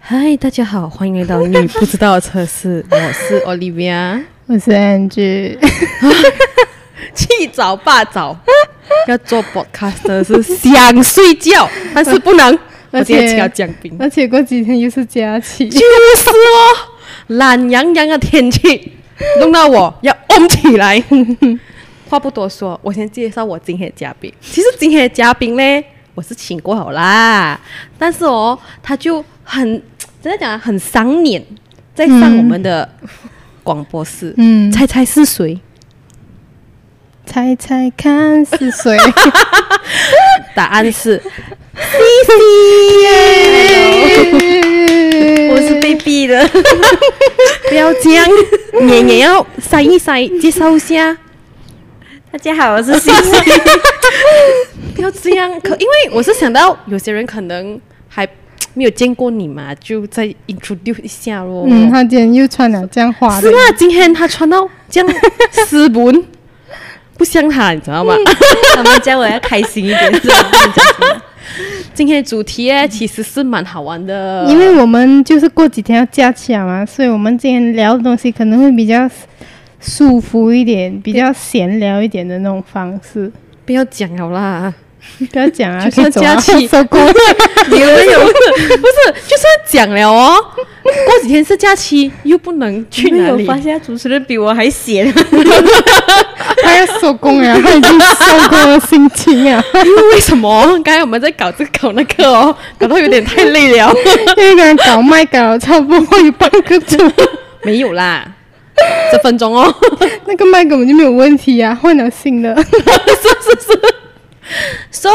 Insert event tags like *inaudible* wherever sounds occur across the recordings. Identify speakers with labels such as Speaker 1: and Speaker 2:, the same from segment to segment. Speaker 1: 嗨，大家好，欢迎来到你不知道的测试，我
Speaker 2: *laughs*
Speaker 1: 是 Olivia，
Speaker 2: 我是 Angie，
Speaker 1: 去早霸早， *laughs* 要做 podcast 是想睡觉，但是不能，我
Speaker 2: *laughs* 而
Speaker 1: 今天请到
Speaker 2: 且
Speaker 1: 江斌，
Speaker 2: 而且过几天又是假期，
Speaker 1: 就是哦，懒洋洋的天气弄到我要嗡起来。 *laughs* 话不多说，我先介绍我今天的嘉宾。其实今天的嘉宾呢，我是请过好啦，但是哦，他就很怎么讲啊，很赏脸，在上我们的广播室。
Speaker 2: 嗯，
Speaker 1: 猜猜是谁？
Speaker 2: 猜猜看是谁？
Speaker 1: 答案是 *laughs* *laughs* 哎
Speaker 2: *laughs*
Speaker 1: 我是被逼的， *laughs* 不要这样，你也要塞一塞，介绍一下。
Speaker 3: 大家好，我是西西。
Speaker 1: *laughs* 不要这样，可因为我是想到有些人可能还没有见过你嘛，就再 introduce 一下咯。
Speaker 2: 嗯，他今天又穿了这样花
Speaker 1: 是
Speaker 2: 的，
Speaker 1: 啊，今天他穿到这样斯文，不像他，你知道吗？
Speaker 3: 他们叫我要开心一点，是吧？
Speaker 1: 今天的主题诶，其实是蛮好玩的，
Speaker 2: 因为我们就是过几天要假期了嘛，所以我们今天聊的东西可能会比较舒服一点，比较闲聊一点的那种方式。
Speaker 1: 不要讲好啦。
Speaker 2: 不要讲啊，
Speaker 1: *laughs* 就像
Speaker 2: 可以走啊
Speaker 1: 假期
Speaker 2: 收工。
Speaker 1: *laughs* 你们有不是就是讲了哦？过几天是假期，又不能去
Speaker 3: 没
Speaker 1: 哪
Speaker 3: 有
Speaker 1: 里？
Speaker 3: 发现主持人比我还闲，
Speaker 2: 他要收工了，他已经收工了 *laughs* 心情啊。
Speaker 1: 因为为什么？刚才我们在搞这个搞那个哦，搞到有点太累了。
Speaker 2: 因为刚刚搞麦搞了差不多有半个钟，
Speaker 1: *laughs* 没有啦，这分钟哦，
Speaker 2: *laughs* 那个麦根本就没有问题啊，换了新的。 *laughs*
Speaker 1: 是是是。So，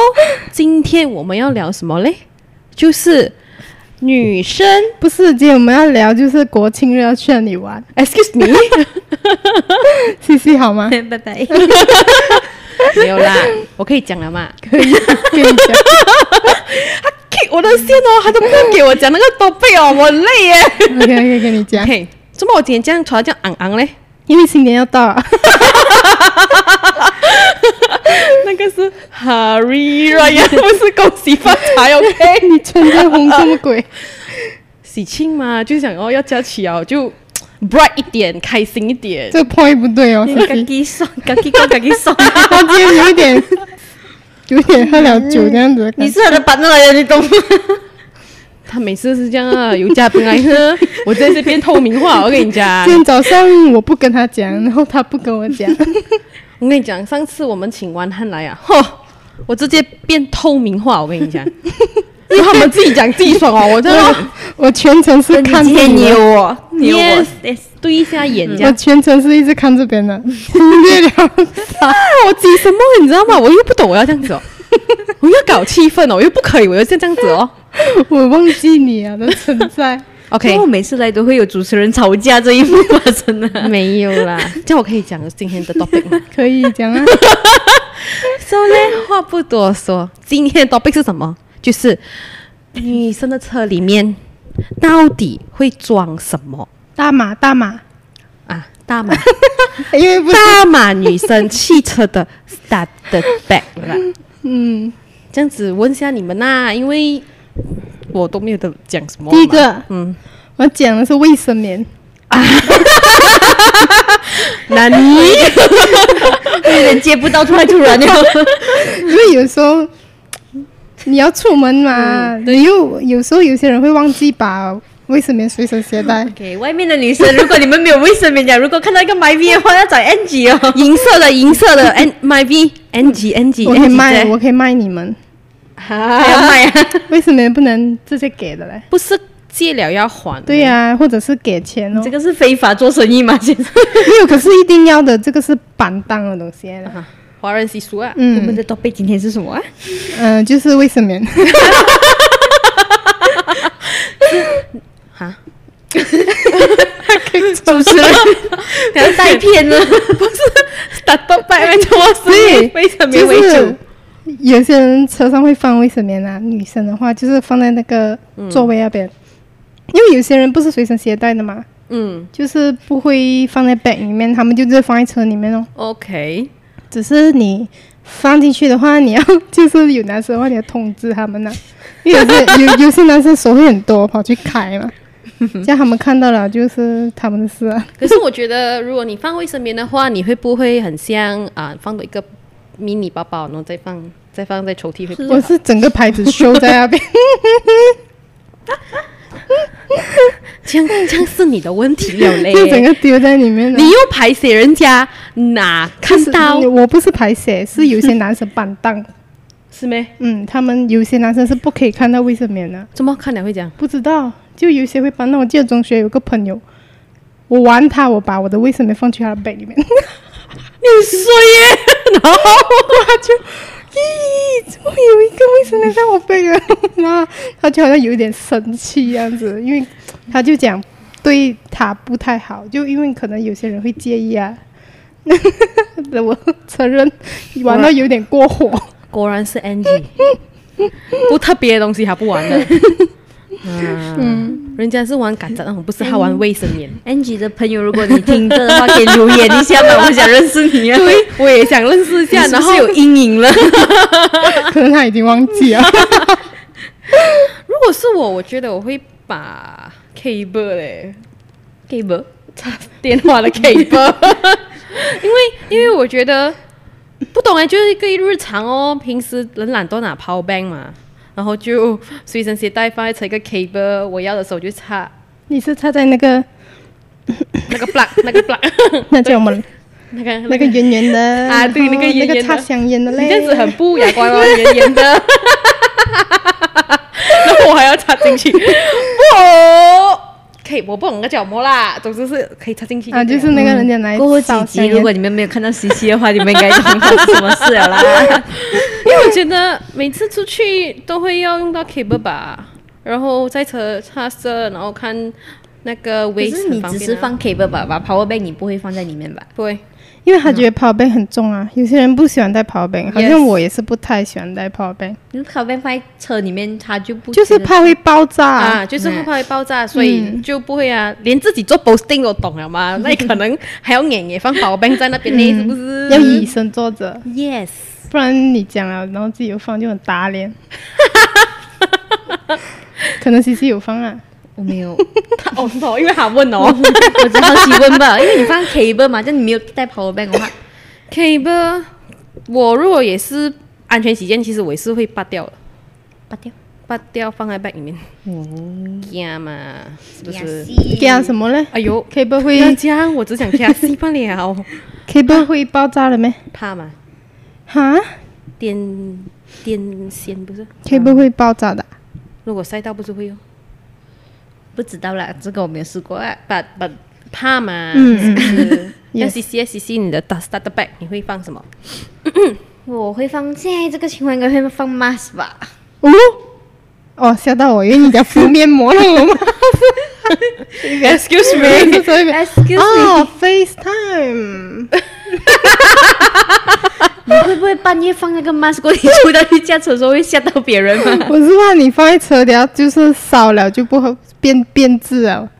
Speaker 1: 今天我们要聊什么嘞？就是女生
Speaker 2: 不是，今天我们要聊就是国庆日要去哪里玩，
Speaker 1: *laughs*
Speaker 2: *laughs*
Speaker 1: ，excuse me，
Speaker 2: 嘻嘻好吗？
Speaker 3: 拜拜。
Speaker 1: *laughs* 没有啦，我可以讲了嘛。
Speaker 2: 可以，跟你讲，
Speaker 1: Kick 我的线哦，他都不给我讲那个多背哦，我很 *laughs* 累耶。
Speaker 2: 我可以跟你讲，
Speaker 1: OK，怎么我今天这样穿得这样昂昂嘞？
Speaker 2: 因为新年要到啊了，
Speaker 1: 那个是 Hari Raya，不哎是恭喜发 *laughs* 财 OK？
Speaker 2: 你穿这红什么鬼？
Speaker 1: 喜庆嘛，就想哦要假期哦，就 bright 一点，开心一点。
Speaker 2: 这 point 不对 *laughs* 哦，
Speaker 3: 嘎
Speaker 2: 嘻嘻，
Speaker 3: 叽爽，嘎叽高，嘎叽爽。
Speaker 2: 他今天有一点，有点喝了酒这样子的感觉。
Speaker 3: 你是他的板凳来的，你懂吗？
Speaker 1: 他每次是这样啊，有嘉宾来 *laughs* 喝，我在这边透明化，我跟啊你 *laughs* 讲
Speaker 2: 今，天早上我不跟他讲，然后他不跟我讲，
Speaker 1: 我跟你讲，上次我们请完汉来啊，嚯，我直接变透明化，我跟你 *laughs* 讲，因为他们自己讲自己爽哦，我真 *laughs* 的
Speaker 2: 我全程是看
Speaker 3: 今
Speaker 2: 着
Speaker 3: 天
Speaker 2: 你
Speaker 3: 你
Speaker 2: 的
Speaker 3: 有我，你有我
Speaker 1: Yes，对一下眼这
Speaker 2: 我
Speaker 1: 样。
Speaker 2: 全程是一直看这边的， *laughs* 忽略了
Speaker 1: 啊，我急什么你知道吗？我又不懂，我要这样 *laughs* 子哦，我要搞气氛哦，我又不可以，我要这样子哦。
Speaker 2: *laughs* 我忘记你啊的存在。
Speaker 1: OK，
Speaker 3: 我每次来都会有主持人吵架这一幕发
Speaker 2: *laughs*
Speaker 3: 生的。
Speaker 1: 没有啦，这样我可以讲今天的 topic 吗
Speaker 2: 可以讲啊，
Speaker 1: ？So 呢，话不多说，今天的 topic 是什么？就是女生的车里面到底会装什么
Speaker 2: *laughs* 大马大马，
Speaker 1: 啊？大
Speaker 2: *laughs*
Speaker 1: 码
Speaker 2: 哎因为不是
Speaker 1: 大码女生汽车的 start the back 啦。
Speaker 2: 嗯，
Speaker 1: 这样子问一下你们呐、因为我都没有得讲什么嘛。
Speaker 2: 第一个
Speaker 1: 嗯，
Speaker 2: 我讲的是卫生棉， *laughs*
Speaker 1: 那你
Speaker 3: 有点接不到，突然突然的。
Speaker 2: 因为有时候你要出门嘛，你又有时候有些人会忘记把卫生棉随身携 *laughs* 带，
Speaker 3: OK，外面的女生，如果你们没有卫生棉讲，如果看到一个 My V 的话，要找 Angie 哦。
Speaker 1: 银色的，银色的，N my V N G N G，
Speaker 2: 我可以卖，我可以卖你们，
Speaker 3: 还要
Speaker 2: 哎
Speaker 3: 卖啊？
Speaker 2: 卫生棉不能直接给的嘞。
Speaker 1: 不是借了要还，
Speaker 2: 对、呀、或者是给钱哦
Speaker 3: 这。个是非法做生意吗？现在
Speaker 2: *laughs* 没有，可是一定要的，这个是板当的东西来的。
Speaker 1: 啊，华人习俗啊，
Speaker 3: 我们
Speaker 2: 嗯
Speaker 3: 的 topic 今天是什么啊？
Speaker 2: 嗯、呃就是卫生棉。 *laughs*
Speaker 1: 哈，
Speaker 3: 主持人，不要带偏了。
Speaker 1: 不是打到百万多
Speaker 2: 对，
Speaker 1: 非常没为
Speaker 2: 就
Speaker 1: 主
Speaker 2: 是，有些人车上会放卫生棉啊，女生的话就是放在那个座位那边，因为有些人不是随身携带的嘛，
Speaker 1: 嗯
Speaker 2: 就是不会放在 bag 里面，他们就直接放在车里面哦。
Speaker 1: ，OK，
Speaker 2: *laughs* 只是你放进去的话，你要就是有男生的话，你要通知他们呐、啊因为有些 *laughs* 有有些男生手会很多，跑去开
Speaker 1: *laughs*
Speaker 2: 嘛，这样他们看到了就是他们的事啊。
Speaker 1: 可是我觉得，如果你放卫生棉的话，你会不会很像啊、放到一个迷你包包，然后再放再放在抽屉会比较好？
Speaker 2: 我是整个牌子修在那边，
Speaker 1: *laughs* 这样这样是你的问 *laughs* 题了嘞。
Speaker 2: 就 *laughs* 整个丢在里面了。
Speaker 1: 哎
Speaker 2: 啊
Speaker 1: 你又排挤人家，哪看到
Speaker 2: 就是我不是排泄，是有些男生板
Speaker 1: *laughs*
Speaker 2: 凳，
Speaker 1: 是没？
Speaker 2: 嗯，他们有些男生是不可以看到卫生棉的，
Speaker 1: 怎么看了会讲？
Speaker 2: 不知道，就有些会搬到。我记得中学有个朋友，我玩他，我把我的卫生棉放去他的背里面，
Speaker 1: 你衰耶！ *laughs* 然后
Speaker 2: 他就，咦， *laughs* 怎么有一个卫生棉在我背啊？然后他就好像有一点生气样子，因为他就讲对他不太好，就因为可能有些人会介意啊。 *laughs* 我承认玩到有点过火。
Speaker 1: *laughs* 果然是 Angie，不特别的东西还不玩 *laughs* 的。嗯，哎人家是玩感觉那种，不是他玩卫生棉。
Speaker 3: Angie 的朋友，如果你听着的话，可以留言一下嘛，我想认识你啊。
Speaker 1: 对， *laughs* 我也想认识一
Speaker 3: 这
Speaker 1: 下，
Speaker 3: 样
Speaker 1: 然
Speaker 3: 然
Speaker 1: 后
Speaker 3: 后有阴影了。
Speaker 2: 可能他已经忘记了。
Speaker 1: 如果是我，我觉得我会把 cable 嘞，cable 插 *laughs* 电话的 *laughs* cable，因为因为我觉得不懂哎，就是一个日常哦，平时人懒惰拿 power bank 嘛，然后就随身携带放在车一个 cable，我要的时候就插
Speaker 2: 你是插在那个
Speaker 1: 那个 plug 那个 plug
Speaker 2: 那叫什么？
Speaker 1: *laughs* 那个
Speaker 2: *laughs* 那个圆圆的
Speaker 1: 啊对
Speaker 2: 然后
Speaker 1: 那个圆圆的
Speaker 2: 那个插香烟的
Speaker 1: 你
Speaker 2: 嘞。
Speaker 1: 这样子很不雅观哦，圆圆 *laughs* 的。然后我还要插进 *laughs* 去，不，可以，我不懂那叫什么啦，总之是可以插进去
Speaker 2: 啊，
Speaker 1: 对
Speaker 2: 就
Speaker 1: 了
Speaker 2: 是那个人家来
Speaker 3: 嗯过后
Speaker 2: 烧
Speaker 3: 几
Speaker 2: 香烟
Speaker 3: 集，如果你们没有看到西西的话，你们应该已经发生什么事了 *laughs* 啦。
Speaker 1: 因为我觉得每次出去都会要用到 cable 吧，然后在车插着，然后看那个
Speaker 3: 可
Speaker 1: w a
Speaker 3: 是
Speaker 1: s
Speaker 3: 你只是
Speaker 1: 啊
Speaker 3: 放 cable 吧，把 power bank 你不会放在里面吧？
Speaker 1: 对，
Speaker 2: 因为他觉得 power bank 很重啊，有些人不喜欢带 power bank，好
Speaker 1: Yes
Speaker 2: 像我也是不太喜欢带 power bank，
Speaker 3: 你 power bank 放在车里面，它就不
Speaker 2: 就是
Speaker 3: 觉得
Speaker 2: 怕会爆炸
Speaker 1: 啊，
Speaker 2: 啊。
Speaker 1: 就是会怕会爆炸，所以就不会啊，连自己做 posting 都懂了 *laughs* 嘛，那你可能还要眼也放保冰在那边呢，是不是？
Speaker 2: 嗯要以身作则，
Speaker 3: yes。
Speaker 2: 不然你讲了，然后自己又放就很打脸。可能其实有放啊，
Speaker 3: 我没 *laughs* 有，
Speaker 1: 他哦，no，因为他问哦。
Speaker 3: *laughs* 我只好奇问吧，因为你放 cable 嘛，但你没有带 power bank 的话，
Speaker 1: cable，我如果也是安全起见，其实我也是会拔掉的，
Speaker 3: 拔掉。
Speaker 1: 拔掉放在 bag 里面。哦，惊嘛，是不是？
Speaker 2: 给他什么嘞
Speaker 1: 哎呦，
Speaker 2: ？cable
Speaker 1: 不要
Speaker 2: 会
Speaker 1: 这样，我只想加西罢了，
Speaker 2: cable 会爆炸了没？
Speaker 1: *laughs* 怕嘛？
Speaker 2: 哈
Speaker 1: 电电线不是？
Speaker 2: ，cable 会爆炸的啊。
Speaker 1: 如果塞到不是会哦，
Speaker 3: 不知道啦，这个我没有试过啊。
Speaker 1: 把把怕嘛？
Speaker 2: 嗯
Speaker 1: *laughs*
Speaker 2: 嗯
Speaker 1: 嗯。要
Speaker 2: Yes
Speaker 1: 洗洗洗洗你的 start bag，你会放什么？
Speaker 3: 我会放，现在这个情况应该会放 mask 吧？
Speaker 2: 哦，哦，吓到我，因为你讲敷面膜了，我吗
Speaker 1: *laughs*
Speaker 2: *laughs*
Speaker 1: Excuse
Speaker 2: 是所以
Speaker 3: Excuse
Speaker 2: 哦，FaceTime，
Speaker 3: 你会不会半夜放那个 mask 过你出到去驾车的时候会吓到别人吗？
Speaker 2: 我是怕你放在车底下就是烧了就不好变变质了。
Speaker 1: *laughs*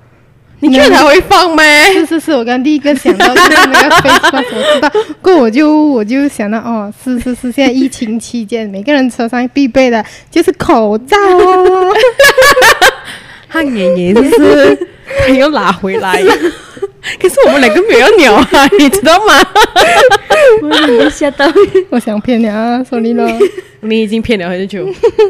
Speaker 1: 你看他会放吗？
Speaker 2: 是是是，我刚第一个想到就是那个 face mask，我知道。不过我就我就想到，哦，是是是，现在疫情期间，每个人车上必备的就是口罩哦。
Speaker 1: *laughs* 他爷爷就是他又拿回来， *laughs* 可是我们两个没有鸟啊， *laughs* 你知道吗？
Speaker 3: 我吓到。 *laughs*
Speaker 2: 我想骗你啊，说你咯。
Speaker 1: 你已经骗了很久。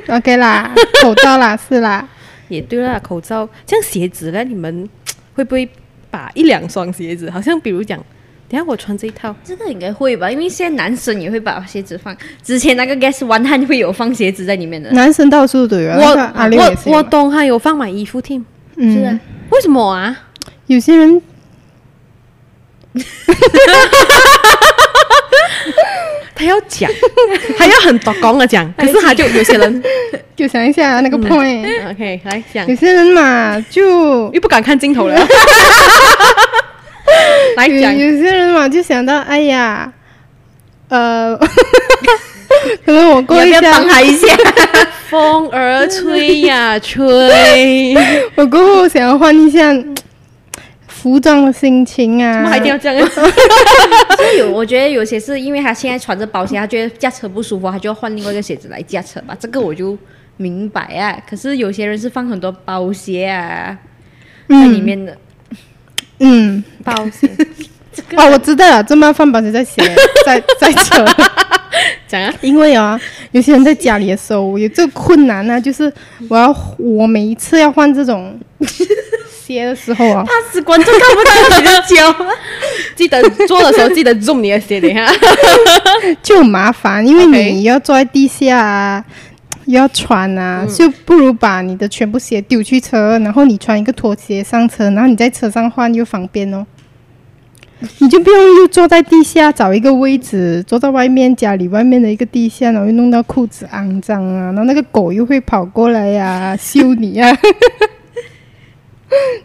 Speaker 2: OK 啦，口罩啦，是啦。
Speaker 1: *laughs* 也对啦，口罩，像鞋子呢，你们会不会把一两双鞋子？好像比如讲，等一下我穿这一套，
Speaker 3: 这个应该会吧，因为现在男生也会把鞋子放。之前那个 Guess One 汉会有放鞋子在里面的，
Speaker 2: 男生到处都有，那个阿六也是
Speaker 1: 我
Speaker 2: 有
Speaker 1: 我懂他有放买衣服 team，
Speaker 2: 嗯
Speaker 3: 是啊，
Speaker 1: 为什么啊？
Speaker 2: 有些人
Speaker 1: 他要 *laughs* 讲，他要很多讲的讲，可是他就有些人
Speaker 2: 就想一下那
Speaker 1: 嗯
Speaker 2: 个 point，、
Speaker 1: ，OK，来讲
Speaker 2: 有，些人嘛就
Speaker 1: 又不敢看镜头了， *laughs* 来
Speaker 2: 有
Speaker 1: 哎讲，
Speaker 2: 有些人嘛就想到，哎呀，呃， *laughs* 可能我
Speaker 3: 你
Speaker 2: 过
Speaker 3: 要
Speaker 2: 一
Speaker 3: 不要
Speaker 2: 下，
Speaker 3: 帮他一下？ *laughs*
Speaker 1: 风儿吹呀 *laughs* 吹，
Speaker 2: *laughs* 我过后想要换一下嗯服装的心情
Speaker 1: 我
Speaker 2: 啊，
Speaker 1: 还一定要这样。
Speaker 3: 就有，我觉得有些是因为他现在穿着包鞋，他觉得驾车不舒服，他就要换另外一个鞋子来驾车吧。这个我就明白啊，可是有些人是放很多包鞋啊、在里
Speaker 2: 嗯
Speaker 3: 面的，
Speaker 2: 嗯，
Speaker 1: 保险，
Speaker 2: 哦，我知道了，这么放保险在鞋，在在车。
Speaker 1: 讲啊，
Speaker 2: 因为啊，有些人在家里的时候有这个困难呢、就是我要我每一次要换这种鞋的时候啊，
Speaker 3: 怕死观众看不到你的
Speaker 1: *laughs*
Speaker 3: 脚。
Speaker 1: 记得做的时候记得 zoom 你的鞋，等一下。
Speaker 2: 就很麻烦，因为
Speaker 1: OK
Speaker 2: 你要坐在地下啊，又要穿啊，就不如把你的全部鞋丢去车，然后你穿一个拖鞋上车，然后你在车上换又方便哦。你就不用又坐在地下找一个位置，坐在外面家里外面的一个地下，然后又弄到裤子肮脏啊，然后那个狗又会跑过来呀、 *laughs* 嗅你呀、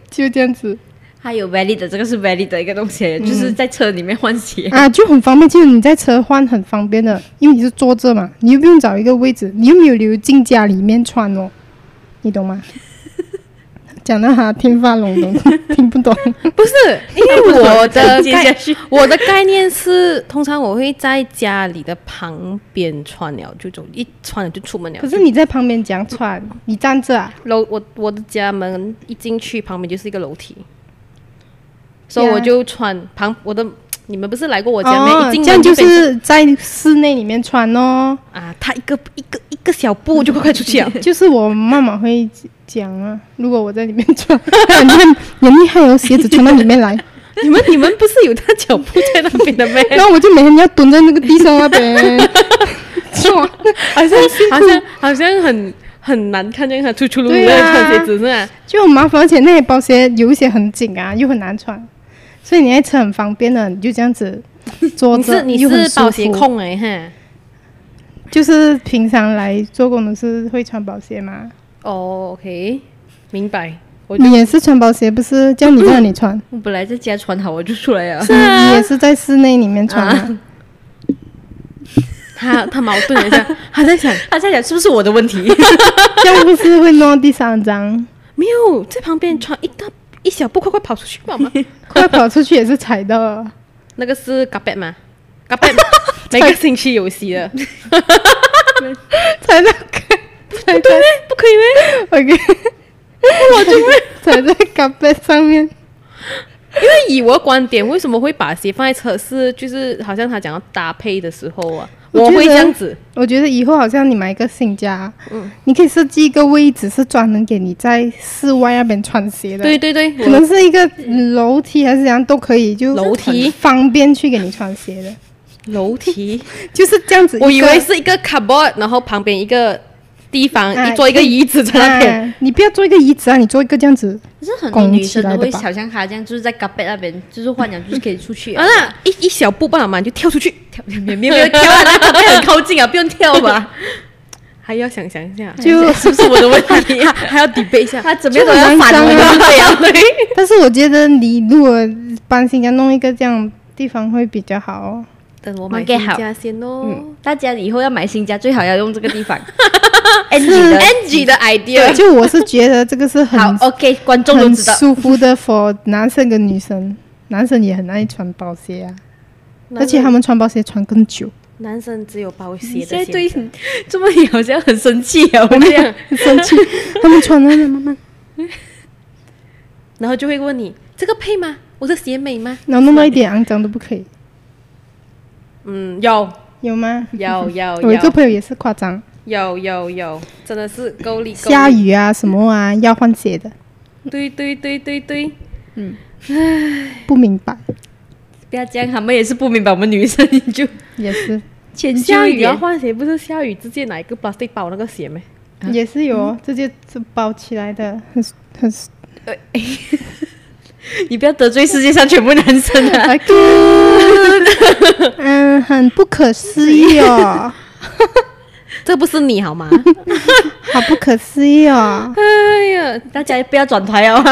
Speaker 2: 就这样子
Speaker 3: *laughs* 还有 valid 的，这个是 valid 的一个东西，就是在车里面换鞋。
Speaker 2: 啊，就很方便。就是你在车换很方便的，因为你是坐着嘛，你又不用找一个位置，你又没有留进家里面穿哦，你懂吗？ *laughs* 讲到他听发聋聋，
Speaker 1: *laughs*
Speaker 2: 听不懂。 *laughs*
Speaker 1: 不是，因为我的
Speaker 3: 接下
Speaker 1: 概
Speaker 3: 去
Speaker 1: 我的概念是，通常我会在家里的旁边穿了，就走一穿了就出门了。
Speaker 2: 可是你在旁边讲穿，你站着啊？
Speaker 1: 楼我我的家门一进去旁边就是一个楼梯，所、以
Speaker 2: Yeah
Speaker 1: 我就穿旁我的。你们不是来过我家吗？
Speaker 2: 哦
Speaker 1: 一进
Speaker 2: 这样
Speaker 1: 门
Speaker 2: 就
Speaker 1: 被
Speaker 2: 是在室内里面穿哦。
Speaker 1: 啊，他一个一个一个小步就快快出去 *laughs* 了。
Speaker 2: *laughs* 就是我妈妈会讲啊，如果我在里面
Speaker 1: *laughs*
Speaker 2: 穿，你看你厉害哦，鞋子穿到里面来，
Speaker 1: 你们你们不是有他脚步在那边的咩？ *laughs*
Speaker 2: 然后我就每天要蹲在那个地上那边 *laughs* 穿。
Speaker 1: 好像好像好像很很难看见他出出入入的
Speaker 2: 对啊
Speaker 1: 穿鞋子是吧？
Speaker 2: 就很麻烦，而且那些包鞋有一些很紧啊，又很难穿，所以你在车很方便的，你就这样子坐
Speaker 1: 你
Speaker 2: 着，
Speaker 1: 是你
Speaker 2: 又很
Speaker 1: 是
Speaker 2: 舒
Speaker 1: 保鞋
Speaker 2: 服。
Speaker 1: 控哎、欸、
Speaker 2: 就是平常来做工的是会穿包鞋吗？
Speaker 1: 哈。哦、o k 明白。我
Speaker 2: 你也是穿包鞋，不是叫你在那里
Speaker 1: *laughs*
Speaker 2: 穿，
Speaker 3: 我本来在家穿好，我就出来了。
Speaker 2: 是
Speaker 1: 啊
Speaker 2: 你也是在室内里面穿啊吗？
Speaker 1: 他他矛盾了一下， *laughs* 他在想
Speaker 3: 他在想是不是我的问题？
Speaker 2: 这样不是会弄到第三张，
Speaker 1: *laughs* 没有在旁边穿一大一小步快快跑出去嘛吗？
Speaker 2: 快跑出去也是踩到啊了。
Speaker 1: *laughs* 那个是 g a b e t 吗 g a b e t *laughs* 每个星期有洗 *laughs* 的，
Speaker 2: 踩到看，踩到
Speaker 1: *laughs* 不可以咩？
Speaker 2: OK，我就会 *laughs* 踩在咖啡上面。
Speaker 1: 因为以我的观点，为什么会把鞋放在车是就是好像他讲要搭配的时候啊，
Speaker 2: 我
Speaker 1: 我
Speaker 2: 觉
Speaker 1: 会这
Speaker 2: 得
Speaker 1: 样子。嗯
Speaker 2: 我觉得以后好像你买一个新家，你可以设计一个位置是专门给你在室外那边穿鞋的，
Speaker 1: 对，对对，
Speaker 2: 可
Speaker 1: 我
Speaker 2: 能是一个楼梯还是怎样都可以，就
Speaker 1: 楼梯
Speaker 2: 很方便去给你穿鞋的，
Speaker 1: 楼 *laughs* 梯，
Speaker 2: 就是这样子一个。
Speaker 1: 我以为是一个 cupboard，然后旁边一个地方，
Speaker 2: 啊
Speaker 1: 一哎做一个哎椅子在那边。
Speaker 2: 啊你不要做一个椅子啊，你做一个这样子，
Speaker 3: 可是很多
Speaker 2: 拱
Speaker 3: 女
Speaker 2: 起
Speaker 3: 生
Speaker 2: 来
Speaker 3: 都
Speaker 2: 的
Speaker 3: 会
Speaker 2: 吧
Speaker 3: 想像他这样，就是在 g a b e 那边，就是换了就是可以出去
Speaker 1: 啊，
Speaker 3: 啊。
Speaker 1: 那一一小步半了嘛，你就跳出去，跳
Speaker 3: 没有没有跳啊，那 g a 很靠近啊，不用跳吧？
Speaker 1: *laughs* 还要想想一下，
Speaker 2: *laughs* 就是
Speaker 1: *laughs* 不是我的问题，还还要 debate 一下。
Speaker 3: 他怎么
Speaker 2: 就
Speaker 3: 样都
Speaker 2: 很
Speaker 3: 要
Speaker 2: 肮
Speaker 3: 反
Speaker 2: 脏
Speaker 3: 我，就是
Speaker 2: 啊。
Speaker 3: 这样。
Speaker 2: 但是我觉得你如果搬新家弄一个这样地方会比较好哦。
Speaker 1: 等我买
Speaker 3: OK，
Speaker 1: 新
Speaker 3: 好
Speaker 1: 家先哦。
Speaker 3: *laughs* 嗯，大家以后要买新家，最好要用这个地 *laughs* 方。Angie 的嗯
Speaker 1: Angie 嗯的
Speaker 2: 对，
Speaker 1: idea，
Speaker 2: 就我是觉得这个是很
Speaker 3: 好，OK，观众都
Speaker 2: 很
Speaker 3: 知道。
Speaker 2: 舒服的 for 男生跟女生，男生也很爱穿包鞋啊，而且他们穿包鞋穿更久，
Speaker 1: 男生只有包鞋
Speaker 3: 你
Speaker 1: 的
Speaker 3: 现在
Speaker 1: 鞋
Speaker 3: 对， *laughs* 这么你好像很生气啊！我这 *laughs* 样，
Speaker 2: 很生气。他们穿的慢慢，
Speaker 1: 然后就会问你这个配吗？我的鞋美吗？
Speaker 2: 然后弄到一点肮脏都不可以，
Speaker 1: 嗯，有
Speaker 2: 有吗？
Speaker 1: 有有
Speaker 2: 我一个
Speaker 1: 有
Speaker 2: 朋友也是夸张，
Speaker 1: 有有有，真的是够力够力。
Speaker 2: 下雨啊什么啊要换鞋的，
Speaker 1: 对对对对对，
Speaker 2: 不明白
Speaker 3: 不要这样，他们也是不明白我们女生，你就
Speaker 2: 也是
Speaker 3: 迁
Speaker 1: 下
Speaker 3: 就一 *laughs*
Speaker 1: 雨要
Speaker 3: 点。
Speaker 1: 换鞋，不是下雨直接拿一个 plastic 包那个鞋吗？
Speaker 3: 啊
Speaker 2: 也是有
Speaker 3: 嗯
Speaker 2: 哦，这就是包起来的，很很
Speaker 3: 你不要得罪世界上全部男生啊！
Speaker 2: 啊嗯，很不可思议哦，
Speaker 1: 这不是你好吗？
Speaker 2: 好不可思议哦。
Speaker 1: *laughs* 哎呀，
Speaker 3: *laughs* 大家不要转台 *laughs* 哦。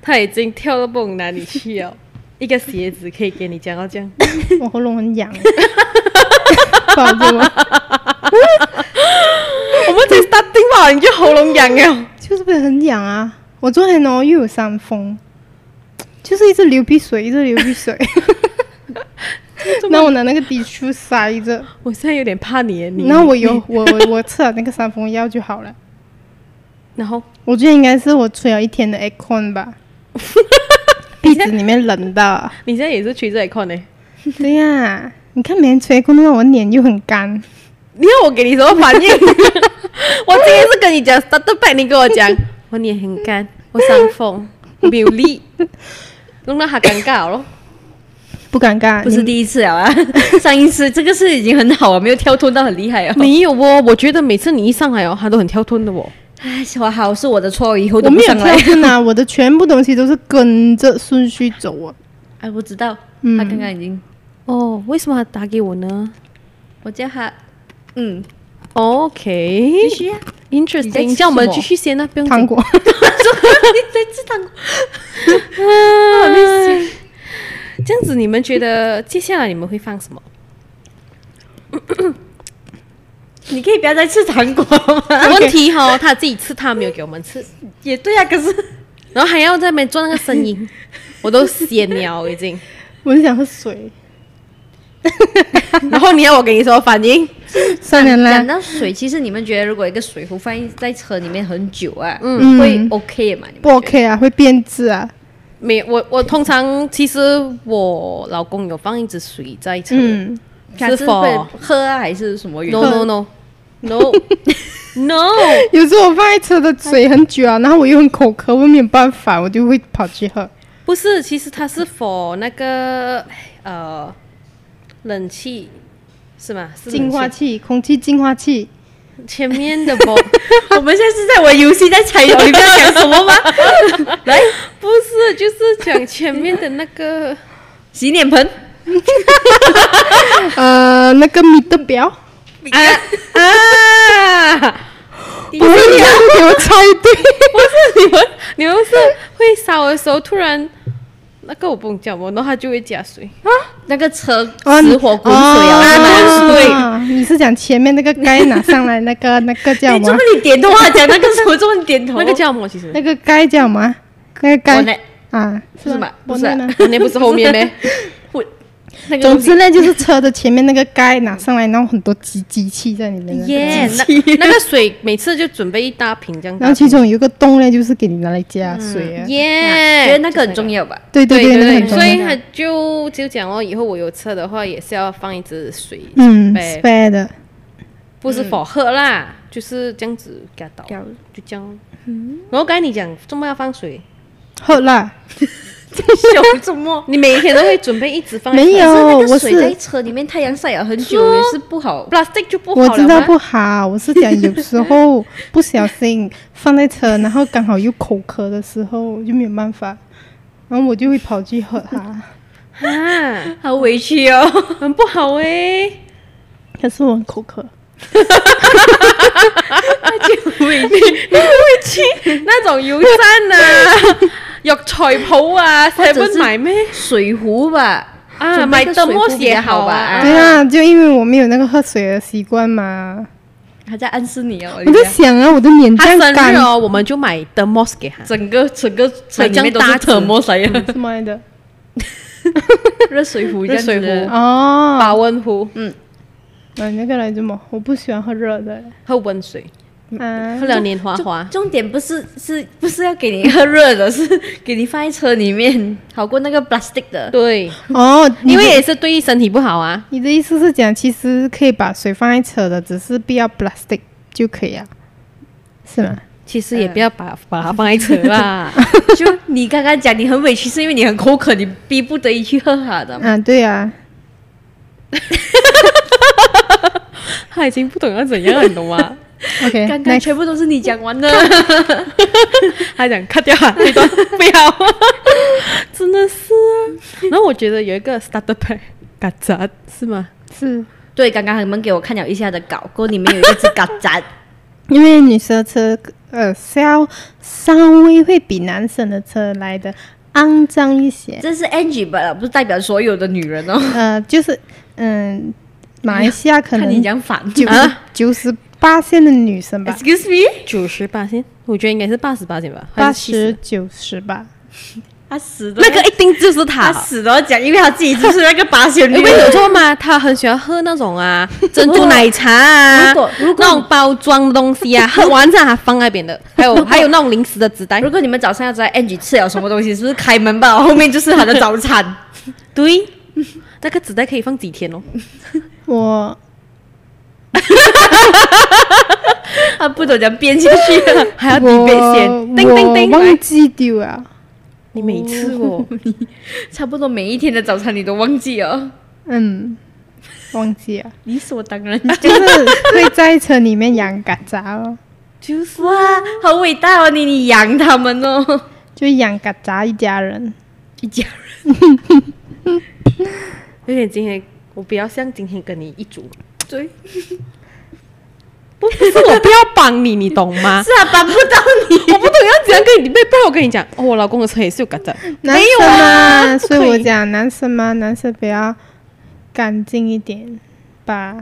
Speaker 1: 他已经跳到不懂哪里去 *laughs* 了。一个鞋子可以给你讲到这样，
Speaker 2: *laughs* 我喉咙很痒，抱着我，
Speaker 1: *laughs* 我们才 starting 吧，你就喉咙痒了。
Speaker 2: 就是会很痒啊。我昨天哦又有
Speaker 3: *laughs*
Speaker 2: 伤风，就是一直流鼻水，一直流鼻水，那我拿那个滴去塞着，
Speaker 1: 我现在有点怕你耶，你
Speaker 2: 然后我有我我我吃了那个伤风药就好了。
Speaker 1: 然后
Speaker 2: 我觉得应该是我吹了一天的 aircon
Speaker 3: *laughs*
Speaker 2: 吧，鼻子里面冷的。
Speaker 1: 你现在也是吹这一块呢。
Speaker 2: 对呀、你看别人吹 aircon 的话，我脸又很干。
Speaker 1: 你 *laughs* 看我给你什么反应？我今天是跟你讲 starter back，你跟我讲我脸很干，我伤风，我没有力，弄到他尴尬了。
Speaker 2: 不尴尬，
Speaker 3: 不是
Speaker 2: 你
Speaker 3: 第一次了啊， *laughs* 上一次这个是已经很好啊，没有跳脱到很厉害啊。
Speaker 1: *laughs* 没有哦，我觉得每次你一上来哦，他都很跳吞的哦。
Speaker 3: 哎，我好是我的错，以后
Speaker 2: 我
Speaker 3: 都不
Speaker 2: 没有
Speaker 3: 上来
Speaker 2: 跳。针啊，我的全部东西都是跟着顺序走啊。
Speaker 3: *laughs* 哎，我知道，
Speaker 2: 嗯
Speaker 3: 他刚刚已经，
Speaker 1: 哦，为什么他打给我呢
Speaker 3: 我叫他，嗯，
Speaker 1: ？OK，interesting，
Speaker 3: 继续啊，你在吃
Speaker 1: 这样我们
Speaker 3: 什么
Speaker 1: 继续先那啊不用紧 *laughs*
Speaker 2: 糖果，
Speaker 3: 你在吃糖果，
Speaker 1: 哎这样子，你们觉得接下来你们会放 *laughs* 什么？
Speaker 3: 你可以不要再吃糖果吗？
Speaker 1: 问题哈、他自己吃，他没有给我们吃，
Speaker 3: 也对啊，可是
Speaker 1: 然后还要在那边做那个声音， *laughs* 我都闲了已经。
Speaker 2: 我是想喝水。
Speaker 1: 然后你要我给你什么反应？
Speaker 2: 算了
Speaker 3: 讲
Speaker 2: 啦，
Speaker 3: 到水，其实你们觉得如果一个水壶放在车里面很久啊，
Speaker 2: 嗯
Speaker 3: 会 OK 吗？你们
Speaker 2: 不 OK 啊，会变质啊。
Speaker 1: 没，我我通常其实我老公有放一支水在车，
Speaker 2: 嗯，
Speaker 3: 觉得
Speaker 1: 是
Speaker 3: 是会
Speaker 1: 否
Speaker 3: 喝啊，还是什么原因？
Speaker 1: ？No no no *laughs* no no，
Speaker 2: 有时候我放在车的水很久啊，然后我又很口渴，我没有办法，我就会跑去喝。
Speaker 1: 不是，其实它是否那个呃冷气是吗？是冷气
Speaker 2: 净化器，空气净化
Speaker 3: *laughs*
Speaker 2: 器，
Speaker 1: 前面 *laughs* 的不
Speaker 3: *laughs* 我们现在是在玩游戏，在猜哦，你不要
Speaker 1: *laughs*
Speaker 3: 讲什么吗？来，
Speaker 1: 不是，就是讲前面的那 *laughs* 个
Speaker 3: 洗脸盆，
Speaker 2: 呃，那个米的表，
Speaker 1: 啊啊！
Speaker 2: 不会你都给我猜
Speaker 3: *laughs*
Speaker 2: 对，
Speaker 1: 不是你们，你们是会烧的时候突然那个我不能叫我，然后它就会加水。
Speaker 3: 啊那个车
Speaker 2: 哦你
Speaker 3: 死火滚水啊，
Speaker 1: 哦
Speaker 3: 那个水。
Speaker 2: 啊你是讲前面那个盖拿上来那个那个叫什
Speaker 3: 你这 *laughs*
Speaker 2: 么
Speaker 3: 么？你点头啊，讲那个什么这么你点头？
Speaker 1: 那个叫什么？其实
Speaker 2: 那个盖叫什么？啊那个盖
Speaker 3: Bonnet
Speaker 2: 啊，
Speaker 3: 是什么不
Speaker 2: 我
Speaker 3: 是啊
Speaker 2: 呢？
Speaker 1: 那不是后面 *laughs* 呗？
Speaker 3: 我那个
Speaker 2: 总之呢，就是车的前面那个盖拿上来，然后很多机机器在里面的。
Speaker 1: 耶，那 *laughs* 那个水每次就准备一大瓶这样
Speaker 2: 然
Speaker 1: 大瓶。
Speaker 2: 后其中有一个洞呢，就是给你拿来加水啊。
Speaker 1: 嗯耶，
Speaker 3: 哎觉得那个很重要吧？
Speaker 2: 对
Speaker 1: 对
Speaker 2: 对，那个
Speaker 1: 对，
Speaker 2: 很重
Speaker 1: 所以
Speaker 2: 要。
Speaker 1: 他就就讲哦，以后我有车的话也是要放一支水，
Speaker 2: 嗯
Speaker 1: 呗
Speaker 2: ，spare 的，
Speaker 1: 不是否喝啦，就是这样子给它倒，
Speaker 3: 给它
Speaker 1: 就这样。
Speaker 2: 嗯
Speaker 1: 然后刚才你讲周末要放水，
Speaker 2: 喝啦，
Speaker 3: 笑什么？
Speaker 1: 你每一天都会准备一直放在车，
Speaker 3: *laughs*
Speaker 2: 没有，
Speaker 3: 那
Speaker 2: 我
Speaker 3: 个水在
Speaker 2: 是
Speaker 3: 车里面，太阳晒了很久
Speaker 1: 是哦
Speaker 3: 也是不好。
Speaker 1: plastic 就不好
Speaker 2: 我
Speaker 1: 了
Speaker 2: 知道
Speaker 1: 吗
Speaker 2: 不好，我是讲有时候 *laughs* 不小心放在车，然后刚好又口渴的时候就没有办法，然后我就会跑去喝它。
Speaker 1: *laughs* 啊，
Speaker 3: 好委屈哦！
Speaker 1: 很不好哎、
Speaker 2: *laughs* 可是我很口渴，
Speaker 1: 那种油站啊，
Speaker 2: *laughs*
Speaker 1: 药材铺啊
Speaker 3: 者
Speaker 1: ，seven
Speaker 3: 是
Speaker 1: 买咩
Speaker 3: 水壶吧，
Speaker 1: 啊，
Speaker 3: 准
Speaker 1: 买
Speaker 3: 备个
Speaker 1: 德莫
Speaker 3: 水壶比
Speaker 1: 鞋
Speaker 3: 较好吧
Speaker 1: 啊，
Speaker 2: 对啊，就因为我没有那个喝水的习惯嘛。
Speaker 3: 还在暗示你哦。
Speaker 2: 我在
Speaker 3: 人家
Speaker 2: 想啊，我的脸这
Speaker 1: 他
Speaker 2: 样
Speaker 1: 哎生
Speaker 2: 干
Speaker 1: 日，哦，我们就买 The Moss 给他。
Speaker 3: 整个整个车里
Speaker 1: 还这
Speaker 3: 面都
Speaker 1: 样
Speaker 3: 是
Speaker 1: 搭子
Speaker 3: 特莫塞啊，
Speaker 2: 什么来的？
Speaker 3: 热水壶，
Speaker 1: 热水壶
Speaker 2: 哦，
Speaker 1: 保温壶
Speaker 2: 嗯、那个来着嘛，我不喜欢喝热的。
Speaker 1: 喝温水，
Speaker 2: 啊
Speaker 1: 喝，了年华
Speaker 3: 重
Speaker 1: 花。
Speaker 3: 重点不是是不是要给你喝热的，是给你放在车里面，好过那个 plastic
Speaker 1: *laughs*
Speaker 3: 的。
Speaker 1: 对，
Speaker 2: 哦，你
Speaker 1: 因为
Speaker 2: 的
Speaker 1: 也是对身体不好啊。
Speaker 2: 你的意思是讲，其实可以把水放在车的，只是不要 plastic 就可以啊，是吗？
Speaker 1: *laughs* 其实也不要把把它放在车啊啦。 *laughs*
Speaker 3: 就你刚刚讲你很委屈，是因为你很口渴，你逼不得已去喝它的嘛。
Speaker 2: 啊，对啊，
Speaker 3: *laughs*
Speaker 1: 他已经不懂要怎样了，你懂 *laughs* 吗？
Speaker 2: OK，
Speaker 3: 刚
Speaker 2: 那
Speaker 3: 刚全部都是你讲完的，
Speaker 1: 他讲卡掉啊， *laughs* 那段不要，真的是啊。然后我觉得有一个 starter pack，嘎 *laughs* 杂是吗？
Speaker 2: 是
Speaker 3: 对，刚刚你们给我看了一下的稿，过里面有一只嘎 *laughs* 杂，
Speaker 2: 因为女生的车呃稍稍微会比男生的车来的肮脏一些，
Speaker 3: 这是 Angie 吧，不是代表所有的女人哦。
Speaker 2: 呃，就是嗯，马来西亚可
Speaker 3: 看
Speaker 2: 能
Speaker 3: 你讲啊反
Speaker 2: 九十九十八线的女生
Speaker 3: *laughs*
Speaker 2: 吧，
Speaker 3: ，Excuse me，
Speaker 1: 九十八先，我觉得应该是八十八先吧，
Speaker 2: 八十九十吧。
Speaker 3: 他死都
Speaker 1: 那
Speaker 3: 要
Speaker 1: 个一定就是他
Speaker 3: 他。死都要讲，因为他自己就是那个八仙女
Speaker 1: 因。为有错吗？他很喜欢喝那种 *laughs* 啊，珍珠奶茶啊，
Speaker 3: *laughs* 如果如果
Speaker 1: 那种包装的东西啊，喝完之后还放那边的，还有还有那种零食的纸袋
Speaker 3: 如，果你们早上要知道 Angie 吃了什么东西，是不是开门吧？后面就是他的早餐。
Speaker 1: 对， *laughs* 那个纸袋可以放几天哦。
Speaker 2: 我
Speaker 3: *laughs* 他不懂讲编进去了，
Speaker 1: 还要
Speaker 2: 我
Speaker 1: 背先，叮叮
Speaker 2: 我
Speaker 1: 叮，
Speaker 2: 忘
Speaker 1: 来
Speaker 2: 记啊丢了。
Speaker 1: 你每次 *laughs* 哦，
Speaker 3: *laughs* 差不多每一天的早餐你都忘记哦了，
Speaker 2: 嗯，忘记了，
Speaker 3: 理所当然。
Speaker 2: *laughs* 就是会在车里面养嘎杂哦，
Speaker 1: 就是
Speaker 3: *laughs* 哇，好伟大哦！你你养他们哦，
Speaker 2: 就养嘎杂一家人。
Speaker 3: *laughs* 一家人。
Speaker 1: 有点今天我比较像今天跟你一组，
Speaker 3: 对，
Speaker 1: 不不是我不要帮你，你懂吗？
Speaker 3: *laughs*
Speaker 1: *laughs*
Speaker 3: 是啊，帮不到你。
Speaker 1: 我不懂要怎样跟你妹，不然我跟你讲，哦，我老公的车也是有嘎子，
Speaker 2: 男
Speaker 1: 有
Speaker 2: 生嘛，
Speaker 1: 啊
Speaker 2: 所以
Speaker 1: 不可
Speaker 2: 我
Speaker 1: 以
Speaker 2: 讲男生嘛，男生比较干净一点吧，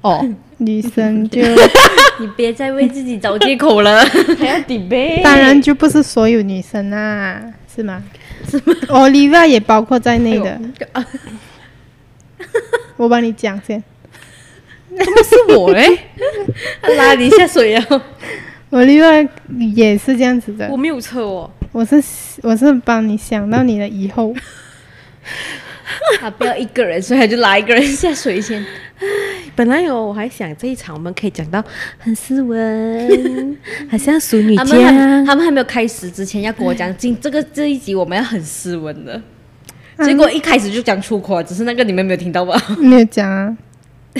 Speaker 1: 哦，
Speaker 2: 女生就
Speaker 3: *laughs* 你别再为自己找借口了。
Speaker 1: *laughs*
Speaker 3: *laughs*
Speaker 1: 还要 debate，
Speaker 2: 当然就不是所有女生啦，是吗？是吗？Oliva 也包括在内
Speaker 1: 哎
Speaker 2: 的， *laughs* 我帮你讲先。
Speaker 1: 不是我欸嘞，
Speaker 3: 拉你下水啊！ *laughs*
Speaker 2: Oliva 也是这样子的
Speaker 1: *laughs* 我，没有车哦，
Speaker 2: 我是我是帮你想到你的以后。 *laughs*
Speaker 3: 他啊不要一个人，所以他就拉一个人下水 *laughs* 先。
Speaker 1: 本来哦，我还想这一场我们可以讲到很斯 *laughs* 文，好像淑女
Speaker 3: 他们还
Speaker 1: 家，
Speaker 3: 他们还没有开始之前要跟我讲，今这个这一集我们要很斯文的。结果一开始就讲出口啊，只是那个你们没有听 *laughs* 到吧？
Speaker 2: 没有讲啊，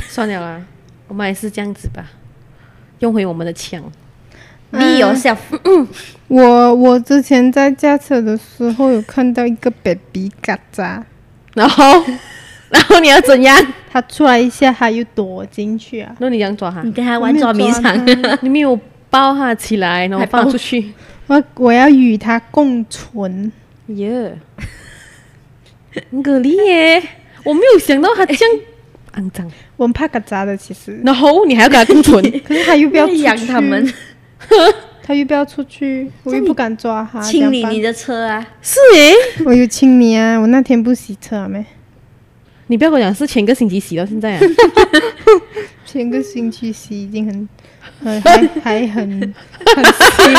Speaker 1: 算了啦，我们还是这样子吧，用回我们的枪。
Speaker 3: 你有小
Speaker 2: 我我之前在驾车的时候有看到一个 baby 嘎扎，
Speaker 1: 然后， *laughs* 然后你要怎样？
Speaker 2: 他出来一下，他又躲进去啊。
Speaker 1: 那你想抓他
Speaker 3: 你？跟他玩捉迷 *laughs* 藏，
Speaker 1: 嗯你没有抱他起来，然后
Speaker 3: 还抱
Speaker 1: 放出去。
Speaker 2: 我我要与他共存，
Speaker 1: 耶，很可怜耶！我没有想到他这样肮脏，
Speaker 2: 我很怕嘎扎的其实，
Speaker 1: 然后你还要跟他共存，
Speaker 2: 可是他又不
Speaker 3: *laughs*
Speaker 2: 要出去
Speaker 3: 养他们，
Speaker 2: 他又不要出去，我又不敢抓他。
Speaker 3: 清理你
Speaker 2: 的，
Speaker 3: 的车啊！
Speaker 1: *laughs* 是诶，
Speaker 2: 我有清理啊，我那天不洗车了没？
Speaker 1: 你不要跟我讲是前个星期洗到现 *laughs* 在啊，
Speaker 2: 前个星期洗已经很很还还
Speaker 3: *laughs*
Speaker 2: 很很新，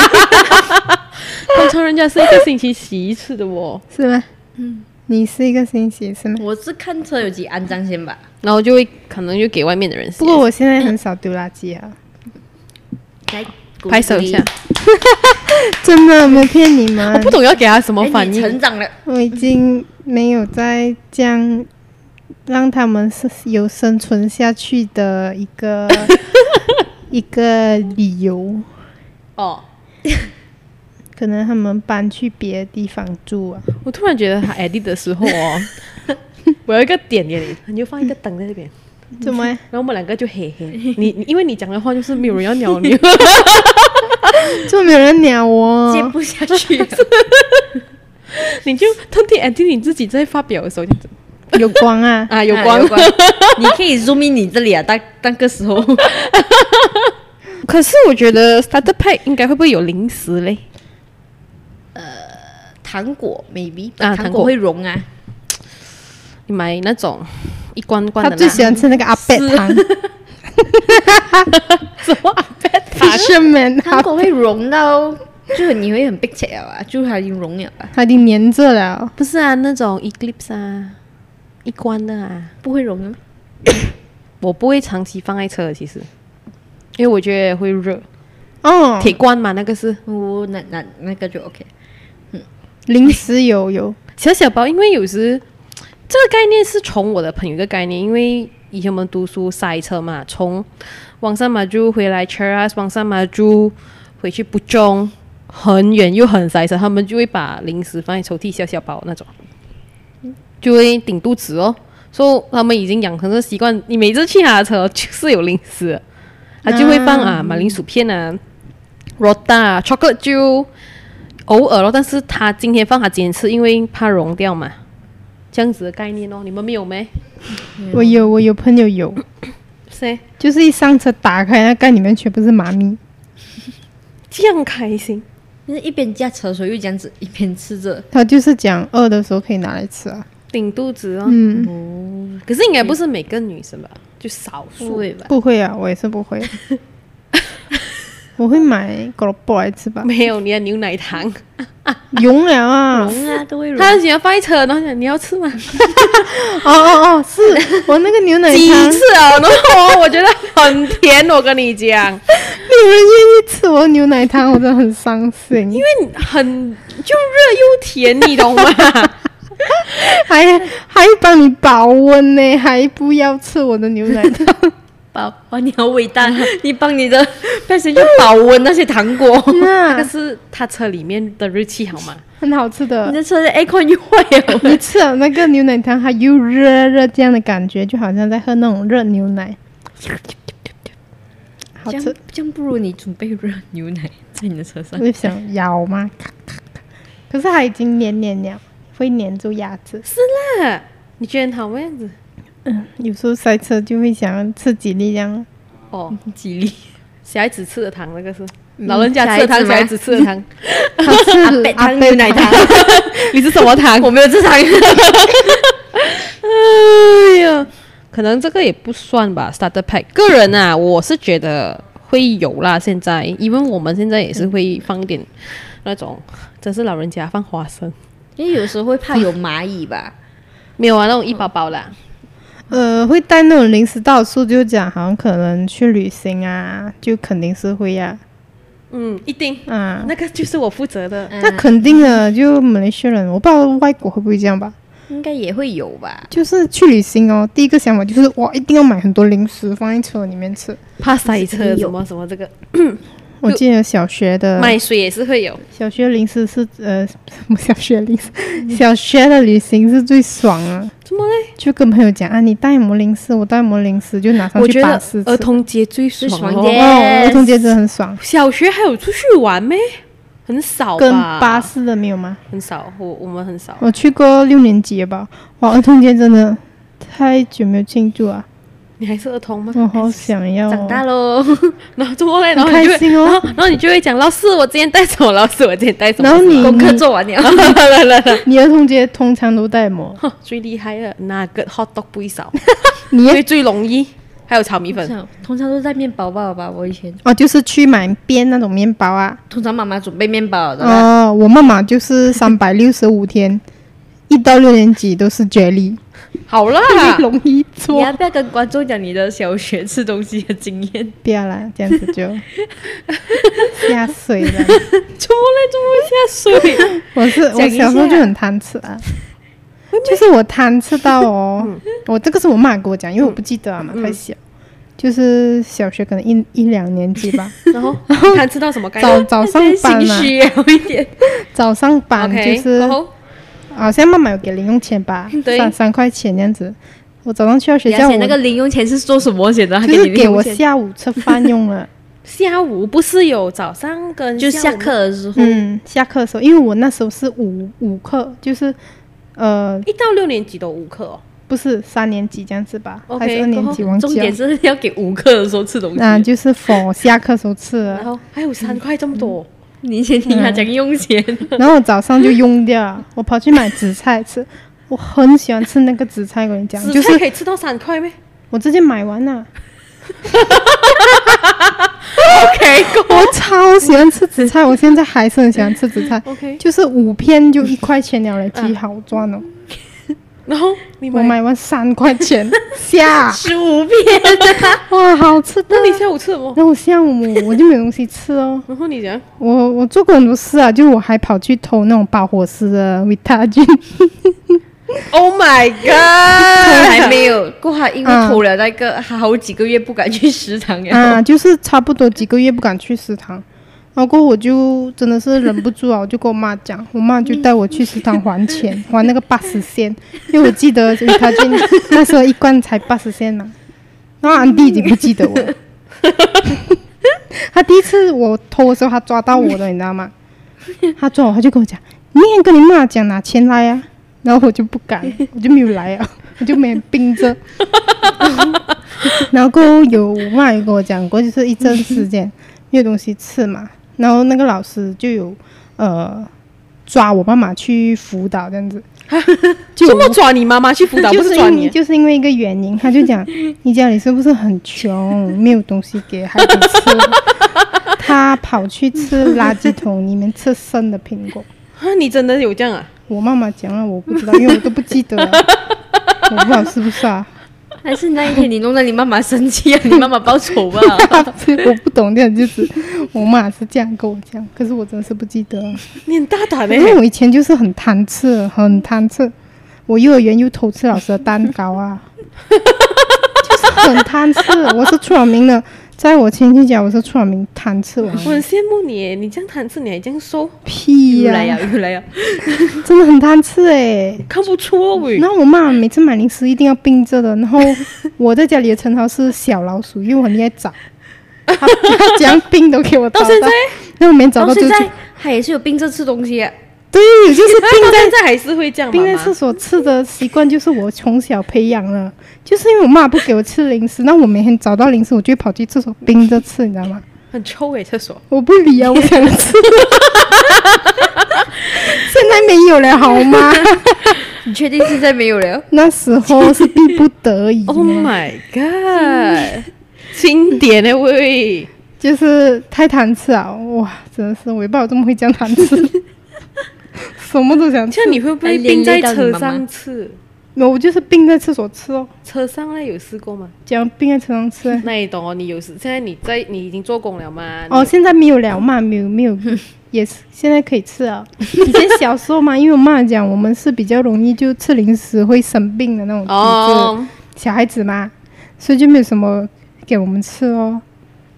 Speaker 1: 通常人家是一个星期洗一次的哦，
Speaker 2: 是吗？嗯，你是一个星期是吗？
Speaker 3: 我是看车有几肮脏先吧。
Speaker 1: 然后就会可能就给外面的人洗。
Speaker 2: 不过我现在很少丢垃圾啊，
Speaker 3: 来，
Speaker 1: 拍手一下，
Speaker 2: *laughs* 真的没骗你们
Speaker 1: 我，不懂要给他什
Speaker 3: 鼓
Speaker 1: 么
Speaker 3: 励。哎，
Speaker 1: 反
Speaker 3: 你成
Speaker 1: 应，
Speaker 3: 长了，
Speaker 2: 我已经没有再这样让他们是有生存下去的一 *laughs* 个一个理由。
Speaker 1: 哦。
Speaker 2: 可能他们搬去别的地方住啊，
Speaker 1: 我突然觉得他 edit 的时候 *laughs* 哦，我有一个点给你，你就放一个灯在这边，
Speaker 2: 怎么？
Speaker 1: 然后我们两个就嘿 *laughs* 嘿。你你因为你讲的话就是没有人要 *laughs* 鸟你，
Speaker 2: 就没有人鸟
Speaker 3: 接
Speaker 2: 我？
Speaker 3: 不下去了。
Speaker 1: 你就特地 edit 你自己在发表的时候这样子！
Speaker 2: 有光啊
Speaker 1: 啊，有
Speaker 3: *laughs* 啊
Speaker 1: 光。
Speaker 3: 你可以 zoom in 你这里啊，那那个时候
Speaker 1: 可是我觉得 starter pack 应该会不会有零食嘞？
Speaker 3: *laughs* 糖果 maybe
Speaker 1: 啊
Speaker 3: 糖
Speaker 1: 糖果
Speaker 3: 会融啊，
Speaker 1: 你买那种一罐罐
Speaker 2: 他
Speaker 1: 的啦，
Speaker 2: 最喜欢吃那个阿贝糖
Speaker 1: 什么 *laughs* 阿贝糖？
Speaker 2: *laughs* ，Fisherman
Speaker 3: 糖
Speaker 2: 阿
Speaker 3: 果会融到，就是你会很逼切了啊，就是它已经融了啊，
Speaker 2: 他已经粘着了，
Speaker 1: 不是啊，那种 Eclipse 啊，一罐的啊。
Speaker 3: 不会融的吗？
Speaker 1: 我不会长期放在车，其实，因为我觉得会热。
Speaker 2: 哦，
Speaker 1: 铁罐嘛，那个是
Speaker 3: 哦，那那那个就 OK。
Speaker 2: 零食有有，
Speaker 1: 小小包，因为有时这个概念是从我的朋友一个概念，因为以前我们读书塞车嘛，从王山马就回来 Cheras，王山马就回去不中，很远又很塞车，他们就会把零食放在抽屉小小包那种，就会顶肚子哦。所以他们已经养成这个习惯，你每次去他的车 *laughs* 就是有零食的，他就会放啊马铃薯片啊、罗大啊、chocolate 就偶尔咯，但是他今天放，他今天吃，因为怕融掉嘛，这样子的概念哦。你们没有没？
Speaker 2: 我有我有朋友有，
Speaker 1: 谁
Speaker 2: 就是一上车打开那盖里面全部是妈咪，
Speaker 1: 这样开心？
Speaker 3: 就是一边驾车的时候又这样子一边吃着，
Speaker 2: 他就是讲饿的时候可以拿来吃啊。
Speaker 1: 顶肚子哦。
Speaker 2: 嗯，
Speaker 1: 可是应该不是每个女生吧，就少数
Speaker 3: 对吧？
Speaker 2: 不会啊，我也是 *laughs* 不会。我会买狗肉包来吃 *laughs* 吧，
Speaker 1: 没有你的牛奶 *laughs* 糖，
Speaker 2: 融了啊！
Speaker 3: 融 *laughs* 啊，都会融。
Speaker 1: 他很喜欢放一车，然后讲你要吃吗？
Speaker 2: 哦哦哦，是我那个牛奶
Speaker 1: *laughs* 几
Speaker 2: 糖，
Speaker 1: 次啊， *laughs* 然后我觉得很甜，我跟你 *laughs* 讲，
Speaker 2: 没有人愿意吃我的牛奶糖，我真的很伤心。 *laughs* 因为
Speaker 1: 因为很就热又甜，你懂 *laughs* 吗？
Speaker 2: 还还帮你保温呢，还不要吃我的牛奶 *laughs* 糖。
Speaker 3: 宝宝，你好伟 *laughs* 大，你帮你的 p a s 保温那些糖果。
Speaker 1: 那个
Speaker 2: 那
Speaker 1: 是他车里面的日期好吗？
Speaker 2: *laughs* 很好吃的
Speaker 3: *laughs* 你。的车的 aircon 又坏
Speaker 2: *laughs*
Speaker 3: 了， *laughs*
Speaker 2: 你吃了那个牛奶糖，它又热热这样的感觉，就好像在喝那种热牛奶，好
Speaker 3: 这
Speaker 2: 吃
Speaker 3: 样。这样不如你准备热牛奶在你的车上 *laughs*
Speaker 2: 我。就想咬吗？咔咔咔可是它已经黏黏了，会黏住牙齿。
Speaker 1: 是啦，你觉得很好么样子？
Speaker 2: 嗯，有时候塞车就会想要吃几粒这
Speaker 3: *laughs* 啊
Speaker 2: 样。
Speaker 1: 哦，
Speaker 3: 吉利，
Speaker 1: 小孩子吃的糖那个是。
Speaker 3: 嗯
Speaker 1: 老人家吃的糖，
Speaker 3: 小
Speaker 1: 小
Speaker 3: 孩
Speaker 1: 孩
Speaker 3: 子
Speaker 1: 子吃的糖，
Speaker 2: 它啊是
Speaker 3: 阿贝
Speaker 2: 阿
Speaker 3: 啊糖
Speaker 2: 贝
Speaker 3: 牛奶糖，
Speaker 1: 你是什么糖？
Speaker 3: 我没有吃糖。
Speaker 1: 哎呀，可能这个也不算吧。Starter Pack，个人啊，我是觉得会有啦。现在，因为我们现在也是会放一点那种，真是老人家放花生，
Speaker 3: 因为有时候会怕有蚂蚁吧，
Speaker 1: 没有啊，那种一包包啦。
Speaker 2: *laughs* 呃，会带那种零食到处，就讲好像可能去旅行啊，就肯定是会呀、
Speaker 1: 嗯，一定，
Speaker 2: 啊，啊，
Speaker 1: 那个就是我负责的。
Speaker 2: 那肯定的，就马来西亚人，我不知道外国会不会这样吧。
Speaker 3: 应该也会有吧。
Speaker 2: 就是去旅行哦，第一个想法就是哇，一定要买很多零食放在车里面吃。
Speaker 1: 怕塞车
Speaker 3: 有
Speaker 1: 什么什么，这个
Speaker 2: 我记得小学的
Speaker 1: 卖水也是会有。
Speaker 2: 小学零食是呃 *laughs* 什么小学零
Speaker 1: 嗯
Speaker 2: 食，小学的旅行是最爽啊！
Speaker 1: 怎么嘞？
Speaker 2: 就跟朋友讲啊，你带什么零食，我带什么零食，就拿上
Speaker 1: 我
Speaker 2: 去
Speaker 1: 觉
Speaker 2: 把
Speaker 1: 得
Speaker 2: 吃吃。
Speaker 1: 儿童节最爽
Speaker 3: 最爽
Speaker 1: 哦
Speaker 3: 节
Speaker 2: 哦，儿童节真的很爽，
Speaker 1: 小学还有出去玩咩？很少吧？
Speaker 2: 跟巴士的没有吗？
Speaker 1: 很少，我我们很少。
Speaker 2: 我去过六年级吧，哇，儿童节真的太久没有庆祝啊，
Speaker 1: 你还是儿童吗？
Speaker 2: 我好想要、哦。
Speaker 3: 长大喽，
Speaker 1: *laughs* 然后怎么嘞？然
Speaker 2: 很
Speaker 1: 后你就会
Speaker 2: 开心哦
Speaker 1: 然后然后你就会讲老师，我今天带什么？老师，我今天带什么？
Speaker 2: 然后你
Speaker 3: 功课做完了。
Speaker 1: 来来来来，
Speaker 2: 你儿童节通常都带什么？
Speaker 1: 哼 *laughs* 最厉害的那个 hot dog 不会
Speaker 2: *laughs*
Speaker 1: 少，
Speaker 2: 你
Speaker 1: 最最容易，还有炒米
Speaker 2: 啊
Speaker 1: 粉。
Speaker 3: 通常都是在面包吧吧，我以前
Speaker 2: 哦，就是去买边那种面包啊。
Speaker 3: 通常妈妈准备面包的啦，
Speaker 2: 哦，我妈妈就
Speaker 1: *laughs*
Speaker 2: 是三百六十五天，一到六年级都是 jelly，
Speaker 1: 好啦，
Speaker 2: 容易
Speaker 3: 你要
Speaker 2: 做。
Speaker 3: 不要跟观众讲你的小学吃东西的经验？
Speaker 2: 不要啦，这样子
Speaker 1: *laughs*
Speaker 2: 就下水了。
Speaker 1: 怎么嘞？怎么会下水？
Speaker 2: *laughs* 我是我
Speaker 1: 讲一
Speaker 2: 小时候就
Speaker 1: 下
Speaker 2: 很贪吃啊，就是我贪吃到哦，
Speaker 1: 嗯
Speaker 2: 我这个是我妈给我讲，因为我不记得啊嘛，太小，就是小学可能一一两年级
Speaker 1: *laughs*
Speaker 2: 吧，
Speaker 1: 然后你看吃到什么概
Speaker 2: 早
Speaker 1: 念？
Speaker 2: 早上班
Speaker 3: 心
Speaker 2: 嘛，
Speaker 3: 虚哦有一点，
Speaker 2: 早上班
Speaker 1: OK，
Speaker 2: 就是
Speaker 1: 然后
Speaker 2: 好像妈妈有给零用钱吧，
Speaker 1: 对
Speaker 2: 三三块钱这样子。我早上去到学
Speaker 3: 而
Speaker 2: 校，
Speaker 3: 且
Speaker 2: 我
Speaker 3: 那个零用钱是做什么钱的？他
Speaker 2: 就
Speaker 3: 给
Speaker 2: 是
Speaker 3: 你零
Speaker 2: 给
Speaker 3: 用
Speaker 2: 我
Speaker 3: 钱，
Speaker 2: 下午吃饭用了。
Speaker 1: 下午不是有早上跟
Speaker 3: 就
Speaker 1: 下
Speaker 3: 下
Speaker 1: 午吗
Speaker 3: 课的时候，
Speaker 2: 嗯，下课的时候，因为我那时候是五五课，就是呃，
Speaker 1: 一到六年级都五课哦。
Speaker 2: 不是三年级这样子吧
Speaker 1: OK，
Speaker 2: 还是二年级
Speaker 1: 过
Speaker 2: 忘
Speaker 3: 重
Speaker 2: 记
Speaker 3: 点
Speaker 2: 了。
Speaker 3: 是要给五课的时候吃东西。
Speaker 2: 那就是 for 下课时候吃
Speaker 1: 然
Speaker 2: 了，
Speaker 1: 后还有三块这么多，
Speaker 3: 你以前听
Speaker 2: 嗯
Speaker 3: 他讲用钱，
Speaker 2: 然后我早上就用掉了，我跑去买紫菜吃。我很喜欢吃那个紫菜，我跟你讲，
Speaker 1: 紫
Speaker 2: 嗯就是
Speaker 1: 菜可以吃到三块咩
Speaker 2: 我直接买完了，
Speaker 1: ？OK，。
Speaker 2: 我超喜欢吃紫菜，我现在还是很喜欢吃紫菜
Speaker 1: OK 嗯
Speaker 2: 就是五片就一块钱了嘞，几好赚哦！
Speaker 1: 然后你
Speaker 2: 我
Speaker 1: 买，
Speaker 2: 买完三块
Speaker 1: *laughs*
Speaker 2: 钱下，
Speaker 3: *laughs* 十五遍，
Speaker 2: 哇，好吃的
Speaker 1: 那。你下午吃什么？
Speaker 2: 然后我下午我就没有东西吃哦，
Speaker 1: 然后你讲，
Speaker 2: 我我做过很多事啊，就我还跑去偷那种保火丝的维他菌，
Speaker 1: Oh my
Speaker 2: *laughs*
Speaker 1: god！
Speaker 3: 还没有过他，因为偷了那个，他好几个月不敢去食堂了。
Speaker 2: 啊，就是差不多几个月不敢去食堂，然后过后我就真的是忍不住啊，我就跟我妈讲，我妈就带我去食堂还钱，还那个八十仙，因为我记得维他菌那时候一罐才八十仙嘛，然后安迪已经不记得我了，他第一次我偷的时候，他抓到我了，你知道吗？他抓我，他就跟我讲，你也跟你妈讲拿钱来呀、然后我就不敢，我就没有来啊，我就没有盯着。
Speaker 1: *laughs*
Speaker 2: 然后过后有我妈有跟我讲过，就是一阵时间没有东西吃嘛，然后那个老师就有呃抓我妈妈去辅导这样子，就
Speaker 1: 这么抓你妈妈去辅导，
Speaker 2: *laughs* 就
Speaker 1: 不
Speaker 2: 是
Speaker 1: 抓
Speaker 2: 因为
Speaker 1: 你，
Speaker 2: 就是因为一个原因，他就
Speaker 1: *laughs*
Speaker 2: 讲你家里是不是很穷，没有东西给孩子吃，
Speaker 1: *laughs*
Speaker 2: 他跑去吃垃圾桶里面吃剩的苹果。
Speaker 1: 啊你真的有这样啊？
Speaker 2: 我妈妈讲了，我不知道，因为我都不记
Speaker 1: *laughs*
Speaker 2: 得了，我不知道是不是啊， *laughs*
Speaker 3: 还是那一天你弄得你妈妈生气啊，你妈妈报仇
Speaker 2: *laughs*
Speaker 3: 啊？
Speaker 2: 我不懂这样就是，我妈是这样跟我讲，可是我真的是不记得啊了。
Speaker 1: 你很大胆嘞、欸
Speaker 2: *laughs* 因为我以前就是很贪吃，很贪吃。我幼儿园又偷吃老师的蛋
Speaker 1: *laughs*
Speaker 2: 糕啊，就是很贪吃。我是出了名的，在我亲戚家我是出了名贪吃王，
Speaker 1: 我很羡慕你耶，你这样贪吃，你还这样瘦，
Speaker 2: 屁
Speaker 3: 又
Speaker 2: 呀、
Speaker 3: 来呀，又来呀！
Speaker 2: 真的很贪吃哎、
Speaker 1: 看不出哦喂 *laughs*
Speaker 2: 然。后我妈每次买零食一定要冰着的，然后我在家里的称号是小老鼠，因为我很爱
Speaker 1: *laughs*
Speaker 2: 找，她她怎样冰都给我找
Speaker 1: 到现在，
Speaker 2: 那我没找
Speaker 3: 到
Speaker 2: 到就
Speaker 3: 现
Speaker 2: 去，
Speaker 3: 在他也是有病着吃东西啊，
Speaker 2: 对，就是冰
Speaker 1: *laughs* 到现在还是会这样，
Speaker 2: 冰在
Speaker 1: 妈妈
Speaker 2: 厕所吃的习惯就是我从小培养了，就是因为我妈不给我吃零食，那我每天找到零食我就会跑去厕所冰着吃，你知道吗？
Speaker 1: 很臭诶，厕
Speaker 2: *laughs*
Speaker 1: 所。
Speaker 2: 我不
Speaker 1: *laughs*
Speaker 2: 理啊，我想吃。现在没有了好
Speaker 1: *laughs*
Speaker 2: 吗？
Speaker 3: 你确定现在没有
Speaker 2: *laughs*
Speaker 3: 了？
Speaker 2: 那时候是逼不
Speaker 1: *laughs*
Speaker 2: 得已
Speaker 1: Oh
Speaker 2: 嘛，
Speaker 1: my god，经
Speaker 2: *laughs*
Speaker 1: 典
Speaker 2: 欸
Speaker 1: 的喂，
Speaker 2: 就是太贪吃啊！哇，真的是我也不知道我这么会这样
Speaker 1: *laughs*
Speaker 2: 贪吃，什么都想吃。
Speaker 1: 像你会不会冰在车上
Speaker 2: 哎
Speaker 1: 吃？
Speaker 2: 没有，我就是冰在厕所吃哦，
Speaker 1: 车上嘞有试过吗？
Speaker 2: 这样冰在车上吃。
Speaker 1: 那你懂哦，你有时现在你在你已经做工了嘛？
Speaker 2: 哦，现在没有了嘛，没有没有，也是现在可以吃啊。以前小时候嘛，因为我妈讲我们是比较容易就吃零食会生病的那种体质，
Speaker 1: 哦，
Speaker 2: 小孩子嘛，所以就没有什么给我们吃哦。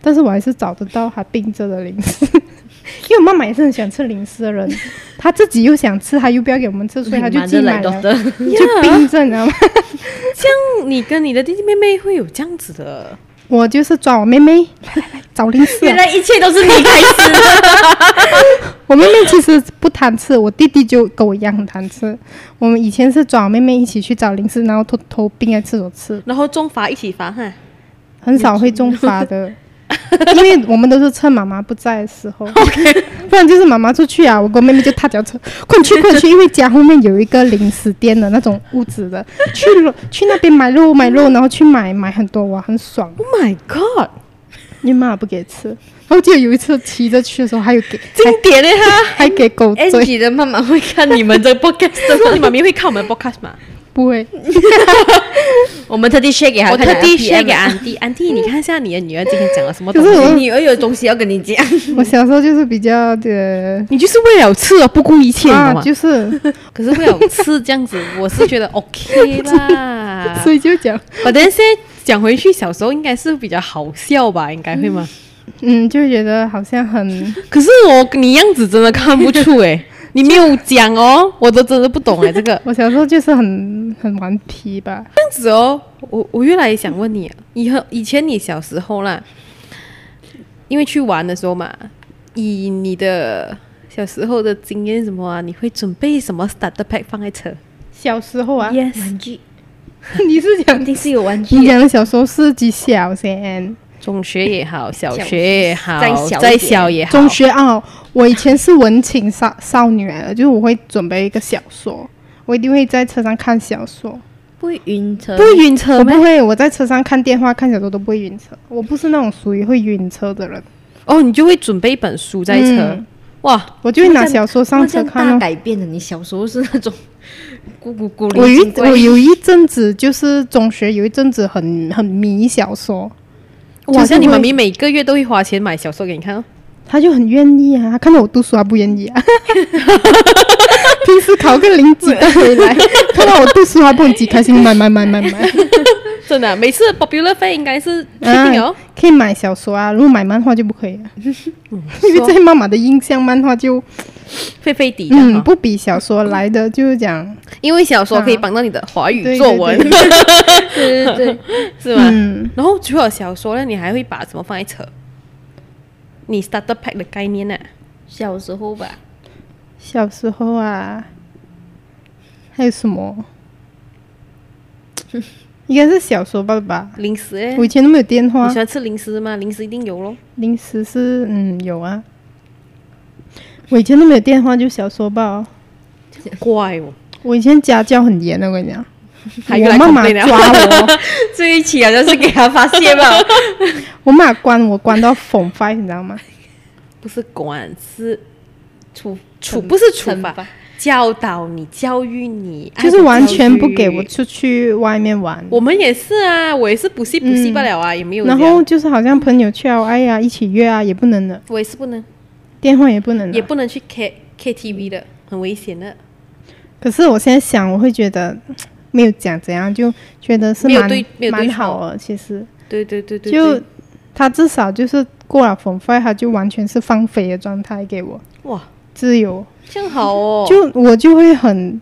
Speaker 2: 但是我还是找得到还冰着的零食， *laughs* 因为我妈妈也是很喜欢吃零食的人，她自己又想吃，她又不要给我们吃，所以她就
Speaker 3: 瞒
Speaker 2: 自
Speaker 3: 着
Speaker 2: 己买
Speaker 3: 来
Speaker 2: 了，
Speaker 3: 的，
Speaker 2: 就冰着，你知道吗？ *laughs*
Speaker 1: 像你跟你的弟弟妹妹会有这样子的，
Speaker 2: 我就是抓我妹妹来来来找零食啊、
Speaker 3: 原来一切都是你开
Speaker 2: *laughs*
Speaker 3: 始的。
Speaker 2: 我妹妹其实不贪吃，我弟弟就跟我一样很贪吃。我们以前是抓我妹妹一起去找零食，然后偷偷冰在厕所吃，
Speaker 1: 然后中罚一起罚哈。
Speaker 2: 很少会中罚
Speaker 1: *laughs*
Speaker 2: 的，因为我们都是趁妈妈不在的时候。 *laughs* 不然就是妈妈出去啊，我跟我妹妹就踏脚车，快去快去，因为家后面有一个零食店的那种屋子的，去了 *laughs* 去那边买肉买肉，然后去买买很多哇，很爽。
Speaker 1: Oh my god，
Speaker 2: 因为妈妈不给吃，然后记得有一次骑着去的时候，还有给
Speaker 1: 经典哎的哈。
Speaker 2: 还给狗追，
Speaker 3: Angie 的妈妈会看你们的
Speaker 1: *laughs*
Speaker 3: podcast，
Speaker 1: 这时候
Speaker 3: 的
Speaker 1: 你妈咪会看我们的 podcast 吗？
Speaker 2: 不会。
Speaker 3: 我们特地 share 给她
Speaker 1: 我
Speaker 3: 看啊，
Speaker 1: 特地
Speaker 3: PM
Speaker 1: share 给安迪，安迪，你看一下你的女儿今天讲了什么
Speaker 2: 可
Speaker 1: 东
Speaker 2: 是
Speaker 1: 西？
Speaker 2: 我
Speaker 3: 女儿有东西要跟你
Speaker 2: *laughs*
Speaker 3: 讲，
Speaker 2: 我小时候就是比较的
Speaker 1: 你就是为了吃而不顾一切，你知道
Speaker 2: 啊，
Speaker 1: 吗？
Speaker 2: 就是，
Speaker 1: 可是为了吃这样子，我是觉得 OK *laughs* 啦。
Speaker 2: *laughs* 所以就讲，
Speaker 1: 我等一下讲回去，小时候应该是比较好笑吧，应该会吗？
Speaker 2: 嗯，就觉得好像很，
Speaker 1: *laughs* 可是我你样子真的看不出诶、 *laughs* 你没有讲哦， *laughs* 我都真的不懂诶、这个
Speaker 2: 我小时候就是很很顽皮吧，
Speaker 1: 这样子哦，我我越来越想问你、啊，以后以前你小时候啦，因为去玩的时候嘛，以你的小时候的经验什么啊，你会准备什么 starter pack 放在车
Speaker 2: 小时候啊
Speaker 1: ？Yes，
Speaker 3: 玩具
Speaker 2: *laughs* 你是讲
Speaker 3: 肯定是有玩具
Speaker 2: 你。讲的小时候是几小先？
Speaker 1: 中学也好，小
Speaker 3: 小
Speaker 1: 学也好，
Speaker 3: 再小一点
Speaker 1: 再小也好，
Speaker 2: 中学啊，我以前是文青少少女来的，就是我会准备一个小说，我一定会在车上看小说，
Speaker 3: 不会晕车
Speaker 1: 不，会晕车
Speaker 2: 我
Speaker 1: 吗？
Speaker 2: 不会，我在车上看电话、看小说都不会晕车，我不是那种属于会晕车的人，
Speaker 1: 哦，你就会准备一本书在车，
Speaker 2: 嗯
Speaker 1: 哇，
Speaker 2: 我就会拿小说上
Speaker 3: 哇这
Speaker 2: 车
Speaker 3: 样
Speaker 2: 看哦
Speaker 3: 大。改变了。你小时候是那种咕咕咕
Speaker 2: 我有
Speaker 3: 灵
Speaker 2: 一
Speaker 3: 精怪
Speaker 2: 我有一阵子就是中学有一阵子很很迷小说，
Speaker 1: 哇，
Speaker 2: 就是
Speaker 1: 像你
Speaker 2: 会
Speaker 1: 妈咪每个月都会花钱买小说给你看哦。
Speaker 2: 他就很愿意啊，她看到我读书他不愿意啊， *laughs* 平时考个零几都回来，看到我读书他不很极开心，买买买买买，
Speaker 1: *laughs* 真的啊、每次 popular 费应该是确定
Speaker 2: 啊
Speaker 1: 哦。，
Speaker 2: 可以买小说啊，如果买漫画就不可以了，因为在妈妈的印象，漫画就
Speaker 1: 费费底的、
Speaker 2: 嗯
Speaker 1: 嗯、
Speaker 2: 不比小说来的，就是讲
Speaker 1: 因为小说可以帮到你的华语
Speaker 2: 对
Speaker 1: 作文，
Speaker 2: 对
Speaker 3: 对对对，
Speaker 1: 是吗？
Speaker 2: 嗯，
Speaker 1: 然后除了小说呢，你还会把什么放在车？你 starter pack 的概念呢、
Speaker 3: 小时候吧，
Speaker 2: 小时候啊，还有什么？应该是小说吧吧。
Speaker 1: 零食嗯诶、
Speaker 2: 啊我以前都没有电话 *laughs*
Speaker 1: 你喜，欢吃零食吗？零食一定有咯。
Speaker 2: 零食是嗯有啊，我以前都没有电话，就小说报。
Speaker 1: 怪哦，
Speaker 2: 我以前家教很严的，我跟你讲，
Speaker 1: 还有
Speaker 2: 我
Speaker 1: 来
Speaker 2: 妈妈
Speaker 1: complain 啊
Speaker 2: 抓我，
Speaker 3: 这一期好像是给他发泄吧。
Speaker 2: 我妈关我关到疯坏，你知道吗？
Speaker 1: 不是管是
Speaker 3: *laughs* 处
Speaker 1: 处不是处
Speaker 3: 惩
Speaker 1: 罚，教导你、教育哎你，爱
Speaker 2: 就是
Speaker 1: 的
Speaker 2: 完
Speaker 1: 教
Speaker 2: 全不给
Speaker 1: 育
Speaker 2: 我。出去外面玩。
Speaker 1: 我们也是啊，我也是补习补习不了啊，也没有这
Speaker 2: 嗯然
Speaker 1: 样。
Speaker 2: 后就是好像朋友去 L I 啊，一起约啊，也不能了，
Speaker 1: 我也是不能，
Speaker 2: 电话也不能了。
Speaker 1: 也不能去 K KTV 的，很危险的，
Speaker 2: 可是我现在想，我会觉得没有讲怎样，就觉得是
Speaker 1: 没有
Speaker 2: 蛮
Speaker 1: 对没有对
Speaker 2: 蛮
Speaker 1: 错
Speaker 2: 好的。其实
Speaker 1: 对对对对，
Speaker 2: 就
Speaker 1: 对
Speaker 2: 他至少就是过了风费，他就完全是放飞的状态给我
Speaker 1: 哇，
Speaker 2: 自由，
Speaker 1: 这样好哦，
Speaker 2: 就我就会很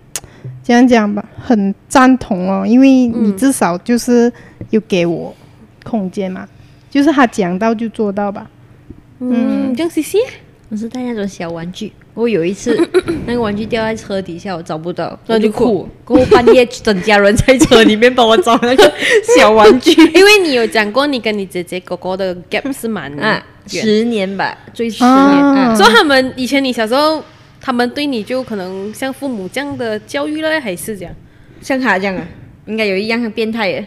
Speaker 2: 这样讲吧，很赞同哦，因为你
Speaker 1: 嗯
Speaker 2: 至少就是有给我空间嘛，就是他讲到就做到吧。
Speaker 1: 嗯，这样谢谢。
Speaker 3: 我是带那种小玩具。我有一次那个玩具掉在车底下，我找不到，
Speaker 1: 那
Speaker 3: 我
Speaker 1: 就
Speaker 3: 就
Speaker 1: 哭
Speaker 3: 哭。过后半夜整家人在车里面帮我找那个小玩具
Speaker 1: 因为你有讲过，你跟你姐姐哥哥的 gap 是蛮远
Speaker 3: 啊，，十年吧，最十年
Speaker 2: 啊
Speaker 3: 啊。
Speaker 1: 所以他们以前你小时候，他们对你就可能像父母这样的教育嘞，还是这样
Speaker 3: 像他这样啊，应该有一样很变态耶。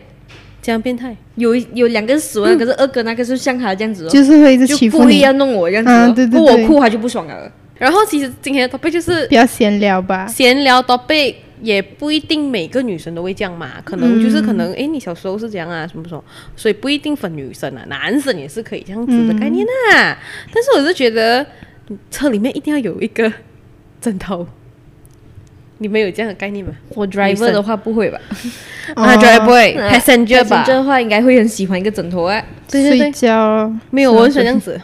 Speaker 1: 这样变态？
Speaker 3: 有一有两个死亡，可是二哥那个是像他这样
Speaker 1: 嗯
Speaker 3: 子哦，
Speaker 2: 就是会一直
Speaker 3: 就
Speaker 2: 欺负
Speaker 3: 故意
Speaker 2: 你，
Speaker 3: 要弄我这样子
Speaker 2: 啊
Speaker 3: 哦。
Speaker 2: 对对
Speaker 3: 不过
Speaker 2: 对
Speaker 3: 我哭他就不爽了。
Speaker 1: 然后其实今天的 topic 就是
Speaker 2: 不要闲聊吧。
Speaker 1: 闲聊 topic，也不一定每个女生都会这样嘛，可能就是可能诶，你小时候是这样啊，什么什么，所以不一定分女生啊，男生也是可以这样子的概念啊。但是我是觉得车里面一定要有一个枕头，你们有这样的概念吗？
Speaker 3: 我
Speaker 1: 生
Speaker 3: driver 的话不会吧？
Speaker 1: 啊
Speaker 2: 哦
Speaker 1: ，driver passenger 吧，
Speaker 3: 这话应该会很喜欢一个枕头啊。
Speaker 1: 对对对
Speaker 2: 睡觉
Speaker 1: 没有，我很喜欢这样子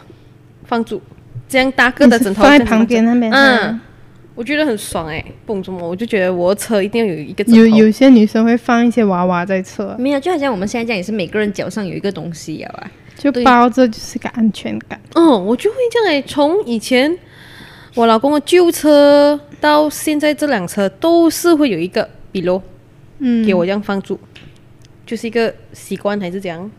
Speaker 1: 放住，这样大个的枕头
Speaker 2: 放在
Speaker 1: 这样子
Speaker 2: 旁边那边
Speaker 1: 嗯，我觉得很爽哎、不懂什么，我就觉得我车一定要有一个枕头，
Speaker 2: 有有些女生会放一些娃娃在车，
Speaker 3: 没有，就好像我们现在这样，也是每个人脚上有一个东西啊吧。
Speaker 2: 就
Speaker 1: 对
Speaker 2: 包着就是个安全感。
Speaker 1: 嗯，我就会这样哎、从以前我老公的旧车到现在这辆车，都是会有一个比如
Speaker 2: 嗯，
Speaker 1: 给我这样放住，就是一个习惯还是怎样？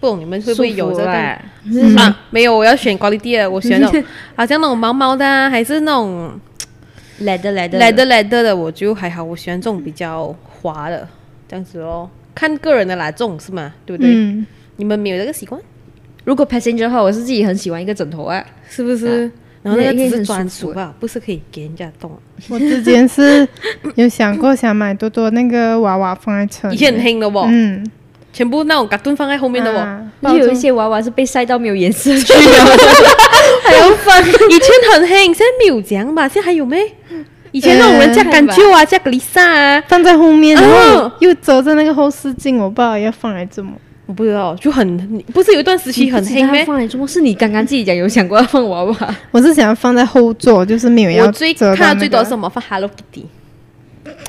Speaker 1: 不懂你们会不会有这
Speaker 3: 舒服
Speaker 1: 个概念？
Speaker 3: 啊？
Speaker 2: 嗯
Speaker 1: 啊，没有，我要选 quality 的，我选
Speaker 2: *laughs*
Speaker 1: 那种好像那种毛毛的、啊，还是那种
Speaker 3: 来的来的
Speaker 1: 来的来的的，我就还好，我喜欢这种比较滑的这样子哦，看个人的啦，这种是吗？对不对？
Speaker 2: 嗯，
Speaker 1: 你们没有这个习惯
Speaker 3: 如果 passenger 的话，我是自己很喜欢一个枕头啊。
Speaker 1: 是不是？然后那个只是专属啊吧，不是可以给人家动。啊
Speaker 2: 我之前是有想过想买多多那个娃娃放在车里
Speaker 1: *laughs* 以
Speaker 2: 面，
Speaker 1: 前很黑的哦，
Speaker 2: 嗯，
Speaker 1: 全部那种嘎顿放在后面的哦。
Speaker 2: 啊
Speaker 3: 就有一些娃娃是被晒到没有颜 *laughs* 色去
Speaker 1: 还有分， *laughs* 以前很黑，现在没有这样吧？现在还有没？以前那种人加干旧啊，加格丽莎啊，
Speaker 2: 放在后面，然后
Speaker 1: 哦
Speaker 2: 又折着那个后视镜，我不知道要放来怎么。
Speaker 1: 我不知道，就很不是有一段时期很黑咩？
Speaker 3: 放来做梦，是你刚刚自己讲有想过要放娃 *laughs* 娃，
Speaker 2: 我是想要放在后座，就是没有要
Speaker 1: 我最
Speaker 2: 折到
Speaker 1: 看
Speaker 2: 那
Speaker 1: 到最多
Speaker 2: 个
Speaker 1: 是什么？放 Hello Kitty，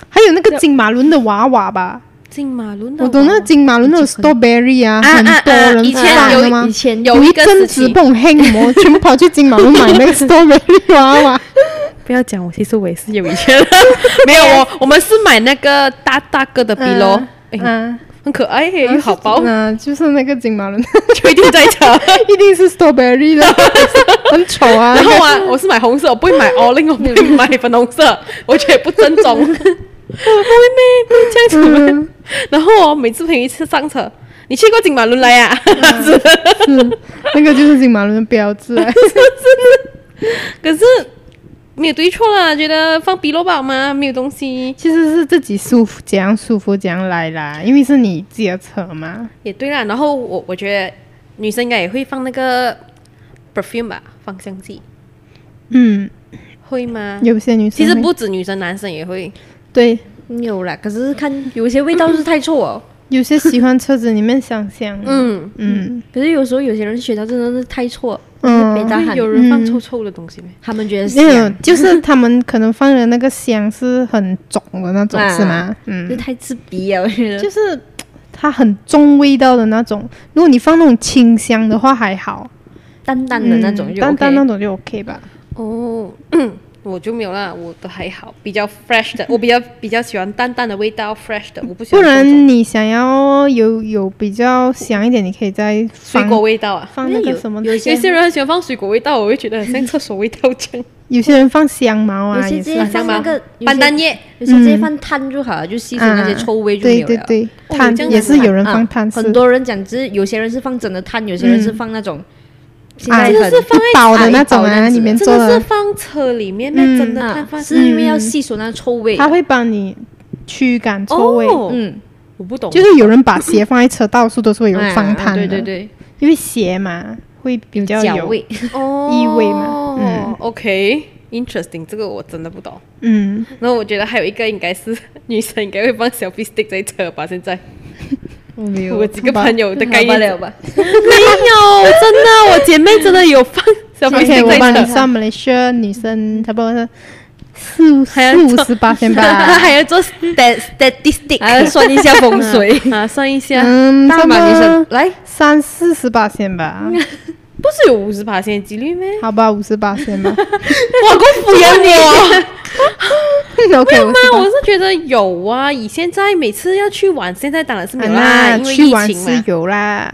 Speaker 2: 还有那个金马伦的娃娃吧，
Speaker 1: 金马伦啊的
Speaker 2: 我
Speaker 1: 娃娃。
Speaker 2: 懂那个金马伦那种 strawberry 啊，
Speaker 1: 啊
Speaker 2: 很
Speaker 1: 啊
Speaker 2: 多
Speaker 1: 啊！
Speaker 2: 人
Speaker 1: 以前
Speaker 2: 放的
Speaker 1: 有
Speaker 2: 吗
Speaker 1: 以前
Speaker 2: 有
Speaker 1: 有一个
Speaker 2: 阵
Speaker 1: 时
Speaker 2: 子
Speaker 1: 期，
Speaker 2: 蹦黑魔，全部跑去金马路买那个 strawberry 娃娃。
Speaker 1: 不要讲我，其实我也是有以
Speaker 2: *laughs*
Speaker 1: 前，没有我我们是买那个大大个的笔咯，哎、
Speaker 2: 嗯，
Speaker 1: 很可爱耶，又好包，
Speaker 2: 嗯，就是那个金马伦，
Speaker 1: 就一定在车。
Speaker 2: 一定是 strawberry 的，很丑啊。
Speaker 1: 然后啊，我是买红色，我不会买 orange，我不会买粉红
Speaker 2: *laughs*
Speaker 1: 色，我觉得不正宗。不会咩，不会这样
Speaker 2: 嗯
Speaker 1: 子咩。然后我、每次陪一次上车，你去过金马伦来啊？
Speaker 2: 嗯
Speaker 1: 是
Speaker 2: 是那个就是金马伦的标志。
Speaker 1: 可是没有对错啦，觉得放笔咯吧嘛，没有东西。
Speaker 2: 其实是自己舒服，怎样舒服怎样来啦，因为是你自己的车嘛。
Speaker 1: 也对啦，然后我我觉得女生应该也会放那个 perfume 吧，芳香剂
Speaker 2: 嗯，
Speaker 1: 会吗？
Speaker 2: 有些女生
Speaker 1: 其实
Speaker 2: 会
Speaker 1: 不止女生，男生也会。
Speaker 2: 对，
Speaker 3: 有啦。可是看有一些味道就是太臭哦，
Speaker 2: 有些喜欢车子里面香香。
Speaker 1: 嗯，
Speaker 2: 嗯
Speaker 3: 可是有时候有些人学到真的是太臭，
Speaker 2: 嗯
Speaker 3: 别大
Speaker 1: 会
Speaker 3: 喊，
Speaker 1: 有人放臭臭的东西没？
Speaker 3: 他们觉得
Speaker 2: 没有
Speaker 3: 香，，
Speaker 2: 就是他们可能放的那个香是很重的那种，
Speaker 3: 啊
Speaker 2: 是吗？
Speaker 3: 这
Speaker 2: 嗯，
Speaker 3: 太刺鼻啊了，我觉得
Speaker 2: 就。是它很重味道的那种。如果你放那种清香的话还好，
Speaker 3: 淡淡的那种
Speaker 2: 嗯
Speaker 3: 就 OK，
Speaker 2: 淡淡那种就 OK 吧。
Speaker 1: 哦，嗯，我就没有啦，我都还好，比较 fresh
Speaker 2: *laughs*
Speaker 1: 的，我比较比较喜欢淡淡的味道，fresh 的，我不喜
Speaker 2: 不
Speaker 1: 欢那种
Speaker 2: 然你想要有有比较香一点，你可以再
Speaker 1: 水
Speaker 2: 放
Speaker 1: 果味道啊，
Speaker 2: 放那个什么，
Speaker 3: 有
Speaker 1: 有些人很喜欢放水果味道，我会觉得很像厕所味道这
Speaker 2: *laughs*
Speaker 1: 样。
Speaker 2: 有些人放香茅啊，
Speaker 3: 有些
Speaker 2: 也
Speaker 3: 直
Speaker 2: 是
Speaker 3: 接
Speaker 1: 啊
Speaker 3: 放那个有
Speaker 1: 斑
Speaker 3: 些
Speaker 1: 丹叶，
Speaker 3: 有些直接放炭就好了，就吸收那些臭味就
Speaker 2: 嗯
Speaker 3: 没
Speaker 2: 对
Speaker 3: 有了。
Speaker 2: 对对，
Speaker 1: 哦
Speaker 2: 炭
Speaker 1: 这样
Speaker 2: 也
Speaker 1: 子
Speaker 2: 是
Speaker 1: 啊
Speaker 2: 有人放
Speaker 3: 啊
Speaker 2: 炭，
Speaker 3: 很多人讲，就是有些人是放真的炭，有些人是放那种。现
Speaker 2: 啊
Speaker 3: 在
Speaker 2: 这
Speaker 1: 个
Speaker 3: 很
Speaker 1: 是放在
Speaker 2: 一包
Speaker 3: 啊
Speaker 2: 的
Speaker 3: 一
Speaker 2: 那种
Speaker 3: 包这样
Speaker 2: 啊，
Speaker 3: 子
Speaker 2: 里面
Speaker 1: 真
Speaker 2: 做
Speaker 1: 的是
Speaker 2: 的，
Speaker 1: 放车里面，那
Speaker 2: 嗯
Speaker 1: 真的
Speaker 3: 啊
Speaker 1: 太放
Speaker 3: 是因为要吸收那臭味。
Speaker 2: 它会帮你驱赶臭味。
Speaker 1: 哦
Speaker 3: 嗯，
Speaker 1: 我不懂，
Speaker 2: 就是有人把鞋放在车，到处都是会有
Speaker 3: 哎
Speaker 2: 放
Speaker 3: *laughs* 啊
Speaker 2: 炭的，
Speaker 3: 对对对，
Speaker 2: 因为鞋嘛会比较
Speaker 3: 脚味。
Speaker 1: 哦
Speaker 2: 异味嘛嗯
Speaker 1: o k interesting，这个我真的不懂。
Speaker 2: 嗯，
Speaker 1: 然后我觉得还有一个应该是女生应该会放小 B stick 在车吧，现在
Speaker 2: 哦
Speaker 3: 我没 *laughs*
Speaker 1: 我几个朋友的概
Speaker 3: 好吧
Speaker 1: 念
Speaker 2: *laughs*
Speaker 3: 了吧？
Speaker 1: 没有，真的，我姐妹真的有放小 B
Speaker 2: OK，
Speaker 1: stick
Speaker 2: 我帮你
Speaker 1: 在车，
Speaker 2: 算啊 Malaysia 女生差不多是四五
Speaker 1: 还要
Speaker 2: 四五
Speaker 1: 做
Speaker 2: 十八
Speaker 1: *laughs*
Speaker 2: 先吧。
Speaker 1: 还要做 stat statistic，。
Speaker 3: 还要算一下风水
Speaker 1: 啊，算一下，
Speaker 2: 嗯，
Speaker 3: 大
Speaker 2: 差不
Speaker 3: 马女生
Speaker 2: 多
Speaker 3: 来，
Speaker 2: 三四十八先吧，
Speaker 1: 嗯不是有五十八线几率吗？
Speaker 2: 好吧，五十八先吧。
Speaker 1: 我够敷衍你。 *laughs* 没
Speaker 2: 哦 OK，
Speaker 1: 有吗？啊我
Speaker 2: 58
Speaker 1: 是觉得有啊。以现在每次要去玩，现在当然是没有啦，
Speaker 2: 啊，
Speaker 1: 因
Speaker 2: 那
Speaker 1: 为
Speaker 2: 去
Speaker 1: 疫
Speaker 2: 玩
Speaker 1: 情
Speaker 2: 是
Speaker 1: 嘛。
Speaker 2: 有啦，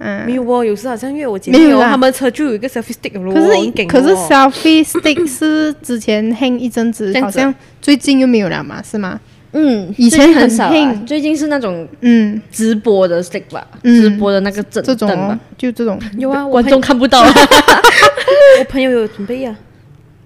Speaker 2: 嗯，
Speaker 1: 没有哦，有时好像因为我姐
Speaker 2: 没
Speaker 1: 妹
Speaker 2: 有
Speaker 1: 哦，
Speaker 2: 啦
Speaker 1: 他们车就有一个 selfie stick 咯，
Speaker 2: 可
Speaker 1: 很
Speaker 2: 是
Speaker 1: 劲
Speaker 2: 可是
Speaker 1: 哦
Speaker 2: selfie stick 是之前 hang 一阵子
Speaker 1: 这，样
Speaker 2: 好
Speaker 1: 子啊
Speaker 2: 像最近又没有了嘛，是吗？
Speaker 3: 嗯，
Speaker 2: 以前
Speaker 3: 最近很
Speaker 2: 很
Speaker 3: 少啊，
Speaker 2: hang
Speaker 3: 最近是那种
Speaker 2: 嗯，
Speaker 3: 直播的 stick 吧，
Speaker 2: 嗯
Speaker 3: 直播的那个整
Speaker 2: 这种
Speaker 3: 凳
Speaker 2: 哦
Speaker 3: 吧，
Speaker 2: 就这种
Speaker 1: 有啊，我
Speaker 3: 观
Speaker 1: 朋
Speaker 3: 众看不
Speaker 2: *laughs*
Speaker 3: 到。
Speaker 1: 我朋友有准备啊，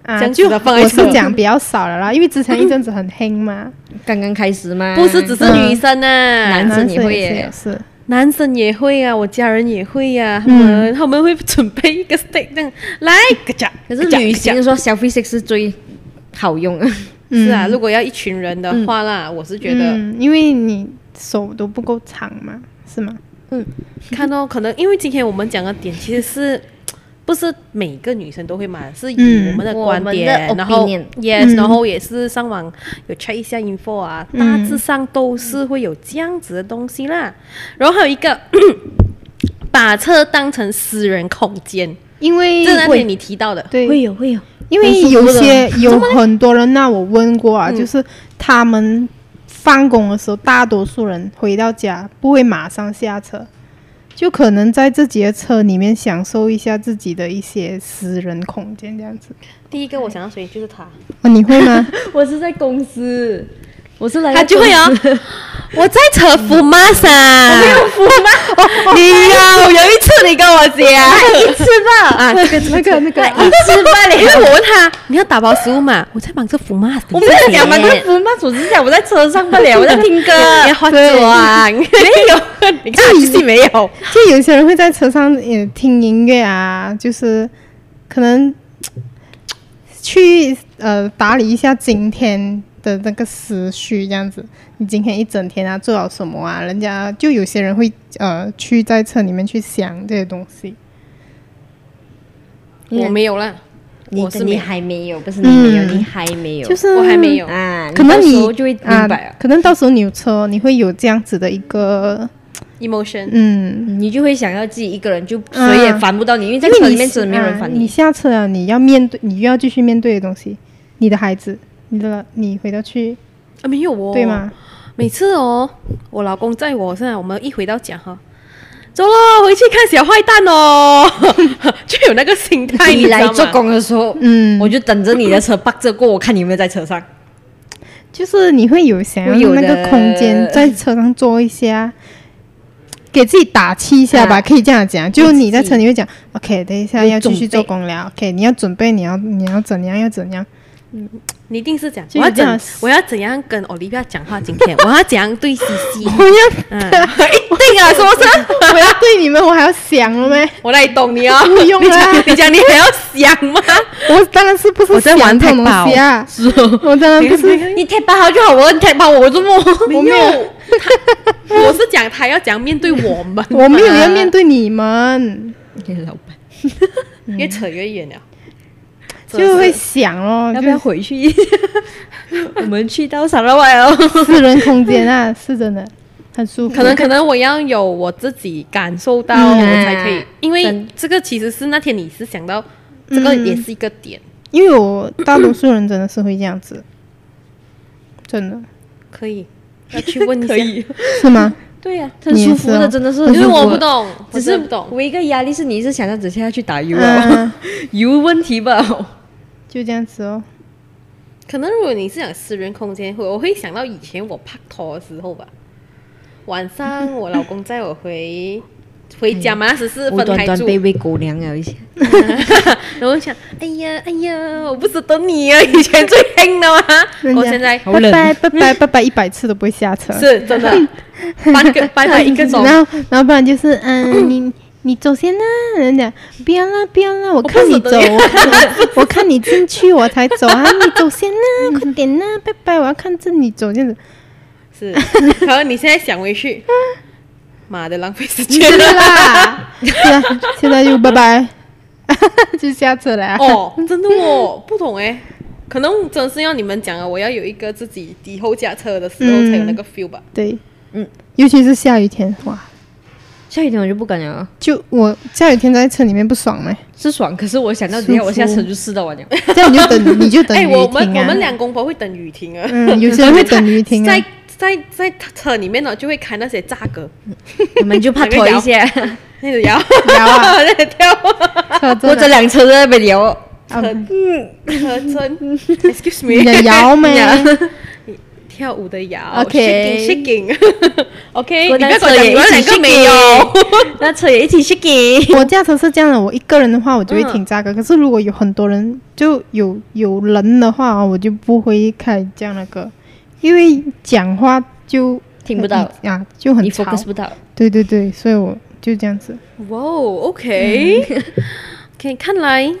Speaker 1: 这
Speaker 2: 啊，
Speaker 1: 样
Speaker 2: 就
Speaker 1: 子的放在
Speaker 2: 我
Speaker 1: 车
Speaker 2: 是讲比较少了啦，因为之前一阵子很 hang 嘛，
Speaker 1: *laughs*
Speaker 3: 刚刚开始吗？
Speaker 1: 嗯不是只是女生啊，
Speaker 3: 男生也会
Speaker 2: 也是
Speaker 3: 耶
Speaker 2: 有是。
Speaker 1: 男生也会啊，我家人也会啊，
Speaker 3: 嗯
Speaker 1: 他们他们会准备一个 stick 这样来，咯嚓
Speaker 3: 可是
Speaker 1: 咯嚓
Speaker 3: 旅
Speaker 1: 咯
Speaker 3: 行的时候，selfie stick 是最好用的。
Speaker 1: 嚓是
Speaker 3: 嗯
Speaker 1: 啊，如果要一群人的话啦，我是觉得
Speaker 2: 嗯，因为你手都不够长嘛，是吗？
Speaker 1: 看到、可能因为今天我们讲的点其实是。不是每个女生都会买，是以
Speaker 2: 嗯
Speaker 1: 我们的
Speaker 3: 我
Speaker 1: 观
Speaker 3: 们的
Speaker 1: 点，然后
Speaker 3: opinion
Speaker 1: yes，、
Speaker 2: 嗯
Speaker 1: 然后也是上网有 check 一下 info 啊，大致上都是会有这样子的东西啦。然后还有一个， *coughs* 把车当成私人空间，
Speaker 2: 因为
Speaker 1: 这那天你提到的，
Speaker 2: 对，
Speaker 3: 有会有，
Speaker 2: 因为有
Speaker 3: *laughs*
Speaker 2: 些有很多人那我问过啊，
Speaker 1: 嗯
Speaker 2: 就是他们放工的时候，大多数人回到家不会马上下车，就可能在自己的车里面享受一下自己的一些私人空间这样子。
Speaker 1: 第一个我想到谁就是他，
Speaker 2: 哦，你会吗？
Speaker 3: 我是在公司，我是来
Speaker 1: 他就会哦，
Speaker 3: *laughs*
Speaker 1: 我在扯福妈 *laughs* 噻，没有福妈， *laughs* 你有有一次你跟 *laughs* 我讲，一次吧，啊，这个
Speaker 2: 那个那个，
Speaker 3: 一次半
Speaker 1: *laughs* 因为我问他你要打包食物嘛，我在忙着福妈，
Speaker 3: 我没有讲嘛，就是福妈，我只是讲我在车上不了，我在听歌。啊
Speaker 1: 你要化妆，没有，你看你是没有，
Speaker 2: 就有些人会在车上也听音乐啊，就是可能呃去呃打理一下今天的那个思绪，这样子。你今天一整天啊做了什么啊？人家就有些人会呃去在车里面去想这些东西。
Speaker 1: *laughs* 我没有啦，
Speaker 3: 你
Speaker 1: 我是没
Speaker 3: 你
Speaker 1: 有
Speaker 3: 还没有，不是你没有，
Speaker 2: 嗯
Speaker 3: 你还没有，
Speaker 2: 就是
Speaker 1: 我还没有
Speaker 3: 啊，
Speaker 2: 可能
Speaker 3: 到
Speaker 2: 你
Speaker 3: 时候就会明
Speaker 2: 啊
Speaker 3: 白了，
Speaker 2: 可能到时候你有车，你会有这样子的一个
Speaker 1: emotion，
Speaker 2: 嗯，
Speaker 3: 你就会想要自己一个人，就谁也烦不到你，因为在
Speaker 2: 因为
Speaker 3: 车
Speaker 2: 你
Speaker 3: 里面真的没有人
Speaker 2: 啊
Speaker 3: 烦
Speaker 2: 你
Speaker 3: 你。
Speaker 2: 下车了，你要面对，你又要继续面对的东西，你的孩子，你的你回到去，
Speaker 1: 啊没有哦，
Speaker 2: 对吗？？
Speaker 1: 每次哦，我老公载我，现在我们一回到家哈。走了，回去看小坏蛋哦， *laughs* 就有那个心态，
Speaker 3: *laughs* 你
Speaker 1: 知道
Speaker 3: 来
Speaker 1: 吗
Speaker 3: 做工的时候，
Speaker 2: 嗯
Speaker 3: 我就等着你的车 b 着过，我看你有没有在车上。
Speaker 2: 就是你会有想要
Speaker 3: 我有
Speaker 2: 那
Speaker 3: 的
Speaker 2: 个空间在车上坐一下，给自己打气一下吧，
Speaker 3: 啊
Speaker 2: 可以这样讲。就
Speaker 3: 自己
Speaker 2: 你在车里会讲，OK，等一下
Speaker 3: 有
Speaker 2: 要继续做
Speaker 3: 准备
Speaker 2: 工了，OK，你要准备，你要你要怎样，要怎样。
Speaker 1: 你一定是讲，
Speaker 2: 就
Speaker 1: 我
Speaker 2: 是
Speaker 1: 要
Speaker 2: 这样
Speaker 1: 怎我要怎样跟 Olivia 讲话？今天 *laughs* 我要怎样对西西？
Speaker 2: 我要
Speaker 1: 嗯，一定啊，是不是？
Speaker 2: *laughs* 我要对你们，我还要想了咩？
Speaker 1: 我来懂你哦，
Speaker 2: 不用
Speaker 1: 你
Speaker 2: 啦
Speaker 1: 讲，你讲，你还要想吗？
Speaker 2: 我当然是不是
Speaker 1: 我在玩
Speaker 2: 想这种
Speaker 1: 太饱
Speaker 2: 东西啊？我当然不是，
Speaker 3: 你贴吧好就好，我很贴吧，我这么
Speaker 1: 没有，他我是讲他要讲面对我们，
Speaker 2: 我没有要面对你们，
Speaker 3: *laughs* 你老 *laughs* 板
Speaker 1: 越扯越远了，
Speaker 2: 就会想咯，
Speaker 3: 要
Speaker 2: 就
Speaker 3: 不要回去一下？ *laughs* 我们去到啥了外哦？
Speaker 2: 私人空间啊， *laughs* 是真的很舒服。
Speaker 1: 可能可能我要有我自己感受到，
Speaker 2: 嗯
Speaker 1: 我才可以，因为
Speaker 3: 真
Speaker 1: 这个其实是那天你是想到这个也是一个点，
Speaker 2: 因为我大多数人真的是会这样子，真的
Speaker 1: 可以，要去 *laughs* 问一下。
Speaker 2: 是吗？
Speaker 3: 对呀、很
Speaker 2: 你也
Speaker 3: 舒
Speaker 2: 是
Speaker 3: 服的，
Speaker 2: 哦
Speaker 3: 真的是，
Speaker 2: 很
Speaker 1: 因为
Speaker 2: 舒服
Speaker 1: 我
Speaker 2: 的
Speaker 1: 不懂，
Speaker 3: 只
Speaker 1: 只
Speaker 3: 是
Speaker 1: 是不懂。
Speaker 3: 唯一一个压力是你是想要直接要去打 U *laughs*
Speaker 2: 嗯
Speaker 3: 啊，，U 问题 *laughs* 吧？
Speaker 2: *laughs* 就这样子哦。
Speaker 1: 可能如果你是讲私人空间，会我会想到以前我拍拖的时候吧。晚上我老公载我回回家嘛，那时是
Speaker 3: 哎我
Speaker 1: 分
Speaker 3: 短
Speaker 1: 开
Speaker 3: 短
Speaker 1: 住，
Speaker 3: 被喂狗粮了一下，
Speaker 1: *laughs* 然后我想，哎呀哎呀，我不舍得你啊，以前最硬的嘛，哦
Speaker 2: 人家
Speaker 1: 我现在
Speaker 3: 好
Speaker 2: 拜
Speaker 3: 冷
Speaker 2: 拜拜拜拜拜，一百次都不会下车。
Speaker 1: 是真的，半个半
Speaker 2: *laughs*
Speaker 1: 个一个钟，
Speaker 2: 然后然后不然就是嗯， *coughs* 你你走先啦，人家不要啦不要啦，我看你
Speaker 1: 不
Speaker 2: 走，
Speaker 1: 舍得
Speaker 2: 我我看 *laughs* 你进去我才走啊，你走先 *laughs* 啦，快点啦，拜拜，我要看着你走这样子。
Speaker 1: 是。然后你现在想回去，妈的，浪费 *laughs* 时间
Speaker 2: 对
Speaker 1: 了。
Speaker 2: 啦，现在现在就拜拜， *laughs* 就下车 *laughs* 了啊。
Speaker 1: 哦，真的我不懂哎，可能真是要你们讲啊，我要有一个自己以后驾车的时候才有那个 feel 吧。
Speaker 2: 对，
Speaker 3: 嗯
Speaker 2: 嗯，尤其是下雨天，哇，
Speaker 3: 下雨天我就不敢了啊，
Speaker 2: 就我下雨天在车里面不爽嘞，
Speaker 3: 是爽，可是我想到等一下我下车就试到完了，
Speaker 2: 这样你就等你就
Speaker 1: *laughs*
Speaker 2: 等
Speaker 1: 哎，
Speaker 2: 雨
Speaker 1: 我们
Speaker 2: 停
Speaker 1: 我们
Speaker 2: 啊。
Speaker 1: 两公婆会等雨停啊，
Speaker 2: 嗯，有些人会等雨停啊
Speaker 1: *laughs* 在。在在车里面呢就会开那些炸歌，
Speaker 3: 我们就怕拖一 *laughs* 下，
Speaker 1: 那个摇 *laughs*
Speaker 2: 摇 *laughs* 啊
Speaker 1: 那个
Speaker 2: *laughs*
Speaker 1: 跳啊，
Speaker 2: 车
Speaker 3: 或
Speaker 2: 真
Speaker 3: 者
Speaker 2: 的，
Speaker 3: 辆车在那边聊，
Speaker 1: 车车真
Speaker 2: *laughs*
Speaker 1: ，excuse
Speaker 2: 你的
Speaker 1: *laughs* me，
Speaker 2: 摇没？
Speaker 1: 跳舞的摇 *laughs*
Speaker 2: OK
Speaker 1: shaking
Speaker 3: 哎
Speaker 1: shaking，OK，你不要跟我
Speaker 3: 车
Speaker 1: 讲
Speaker 3: 也
Speaker 1: 你
Speaker 3: 一
Speaker 1: 们
Speaker 3: 起
Speaker 1: 两个没
Speaker 3: shaking，
Speaker 1: 有，
Speaker 3: *laughs* 那车也一起 shaking。
Speaker 2: 我驾车是这样的，我一个人的话，我就会停扎个。可是如果有很多人，就有有人的话哦，我就不会开这样那个，因为讲话就
Speaker 3: 听不到
Speaker 2: 啊，就很
Speaker 3: 你
Speaker 2: 吵。
Speaker 3: focus 不到，
Speaker 2: 对对对，所以我就这样子。
Speaker 1: 哇，OK，可 *laughs* 以看来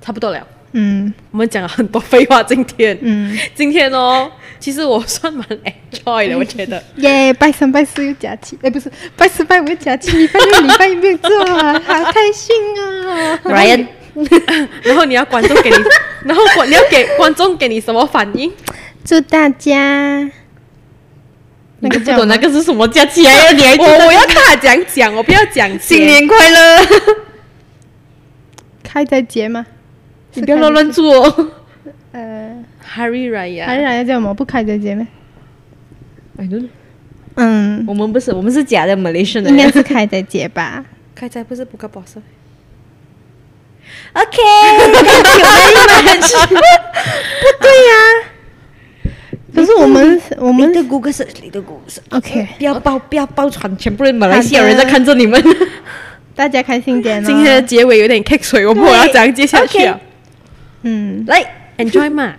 Speaker 1: 差不多了。
Speaker 2: 嗯
Speaker 1: 我们讲了很多废话，今天，
Speaker 2: 嗯，
Speaker 1: 今天哦，其实我算蛮 enjoy 的，我觉得。 *laughs*
Speaker 2: 耶、拜三拜四又假期，哎，不是，拜四拜五又假期，礼拜六礼拜一没有做啊，好开心啊！
Speaker 3: Ryan，
Speaker 1: 然后你要观众给 *laughs* 你，然后观你要给观众给你什么反应？
Speaker 2: *laughs* 祝大家那个
Speaker 3: 你都
Speaker 2: 叫
Speaker 3: 不懂那
Speaker 2: 什么
Speaker 3: 个是什么假 *laughs* 期来了，你还
Speaker 1: 我我要看他讲讲，我不要讲
Speaker 3: 新
Speaker 1: 新
Speaker 3: 年快乐，
Speaker 2: 开斋节吗？
Speaker 3: *laughs* 你不要乱乱做哦。
Speaker 2: 呃，
Speaker 1: Hari
Speaker 2: 还
Speaker 1: Raya，
Speaker 2: 是要叫什么？不开斋节吗？
Speaker 3: *laughs* 哎对
Speaker 2: 嗯，
Speaker 3: 我们不是，我们是假的 Malaysian 的
Speaker 2: 应。该是开斋节
Speaker 3: *laughs*
Speaker 2: 吧。
Speaker 1: 开斋不是不个 boss。
Speaker 3: *laughs* OK，有
Speaker 2: 对呀、可是我们我
Speaker 3: 你
Speaker 2: 们
Speaker 3: 的谷歌是你的谷歌是，
Speaker 2: OK，
Speaker 3: 不要爆不要爆传，全部人马来西亚人在看着你们。
Speaker 2: 大家开心点哦。
Speaker 1: 今天的结尾有点 kick 水，我不知道要怎样接下去啊。
Speaker 2: 嗯，
Speaker 3: *laughs* 来，
Speaker 1: Enjoy 嘛，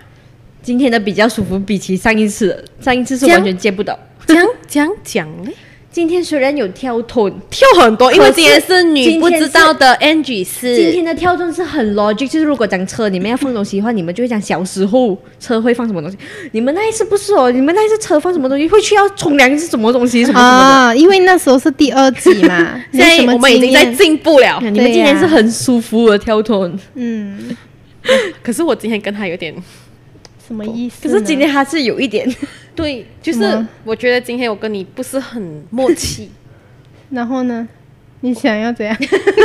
Speaker 3: 今天的比较舒服，比起上一次，上一次是完全接不到。
Speaker 1: 讲讲讲 *laughs* 嘞，
Speaker 3: 今天虽然有跳 tone，
Speaker 1: 跳很多，因为今天是
Speaker 3: 今
Speaker 1: 你
Speaker 3: 天
Speaker 1: 不知道的 Angie
Speaker 3: 今
Speaker 1: 是
Speaker 3: 天的跳动是很 logic，就是如果讲车里面要放东西的话，你们就会讲小时候车会放什么东西。你们那一次不是哦，你们那一次车放什么东西，会去要冲凉是什么东西什么什么
Speaker 2: 啊，因为那时候是第二集
Speaker 3: *laughs*
Speaker 2: 嘛，
Speaker 1: 现
Speaker 2: 没什
Speaker 1: 在
Speaker 2: 么
Speaker 1: 我们已经
Speaker 2: 经
Speaker 1: 在
Speaker 2: 验
Speaker 1: 进步了
Speaker 3: 的。。你们今天是很舒服的跳动，
Speaker 2: 嗯，
Speaker 1: 可是我今天跟他有点，
Speaker 2: 什么意思
Speaker 3: 可
Speaker 2: 呢？
Speaker 3: 是今天还是有一点。
Speaker 1: *laughs*
Speaker 3: *laughs*
Speaker 1: 对，就是
Speaker 2: 么
Speaker 1: 我觉得今天我跟你不是很默契。
Speaker 2: 然后呢？你想要怎样？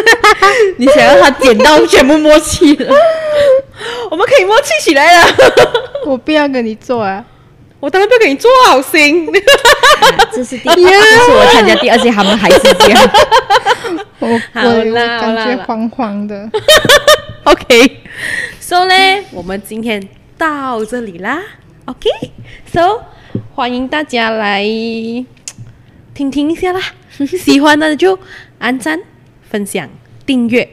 Speaker 2: *laughs*
Speaker 3: 你想要他点到全部默契了，
Speaker 1: *laughs* 我们可以默契起 *laughs* 来了。
Speaker 2: 我不要跟你做啊！
Speaker 1: 我当然不要给你做好心，
Speaker 3: *laughs* 这是第一，这是我参加第二届，他们还是这样。
Speaker 2: 我
Speaker 1: 好
Speaker 2: 我
Speaker 1: 啦
Speaker 2: 我
Speaker 1: 好啦
Speaker 2: 感
Speaker 1: 好
Speaker 2: 觉
Speaker 1: 啦
Speaker 2: 黄黄的。
Speaker 1: OK，so 嘞，我们今天到这里啦。OK，so、欢迎大家来听听一下啦，喜欢的就按赞、分享、订阅。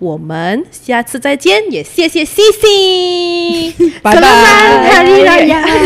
Speaker 1: 我们下次再见，也谢谢 C C，
Speaker 3: 拜拜
Speaker 2: Selamat Hari Raya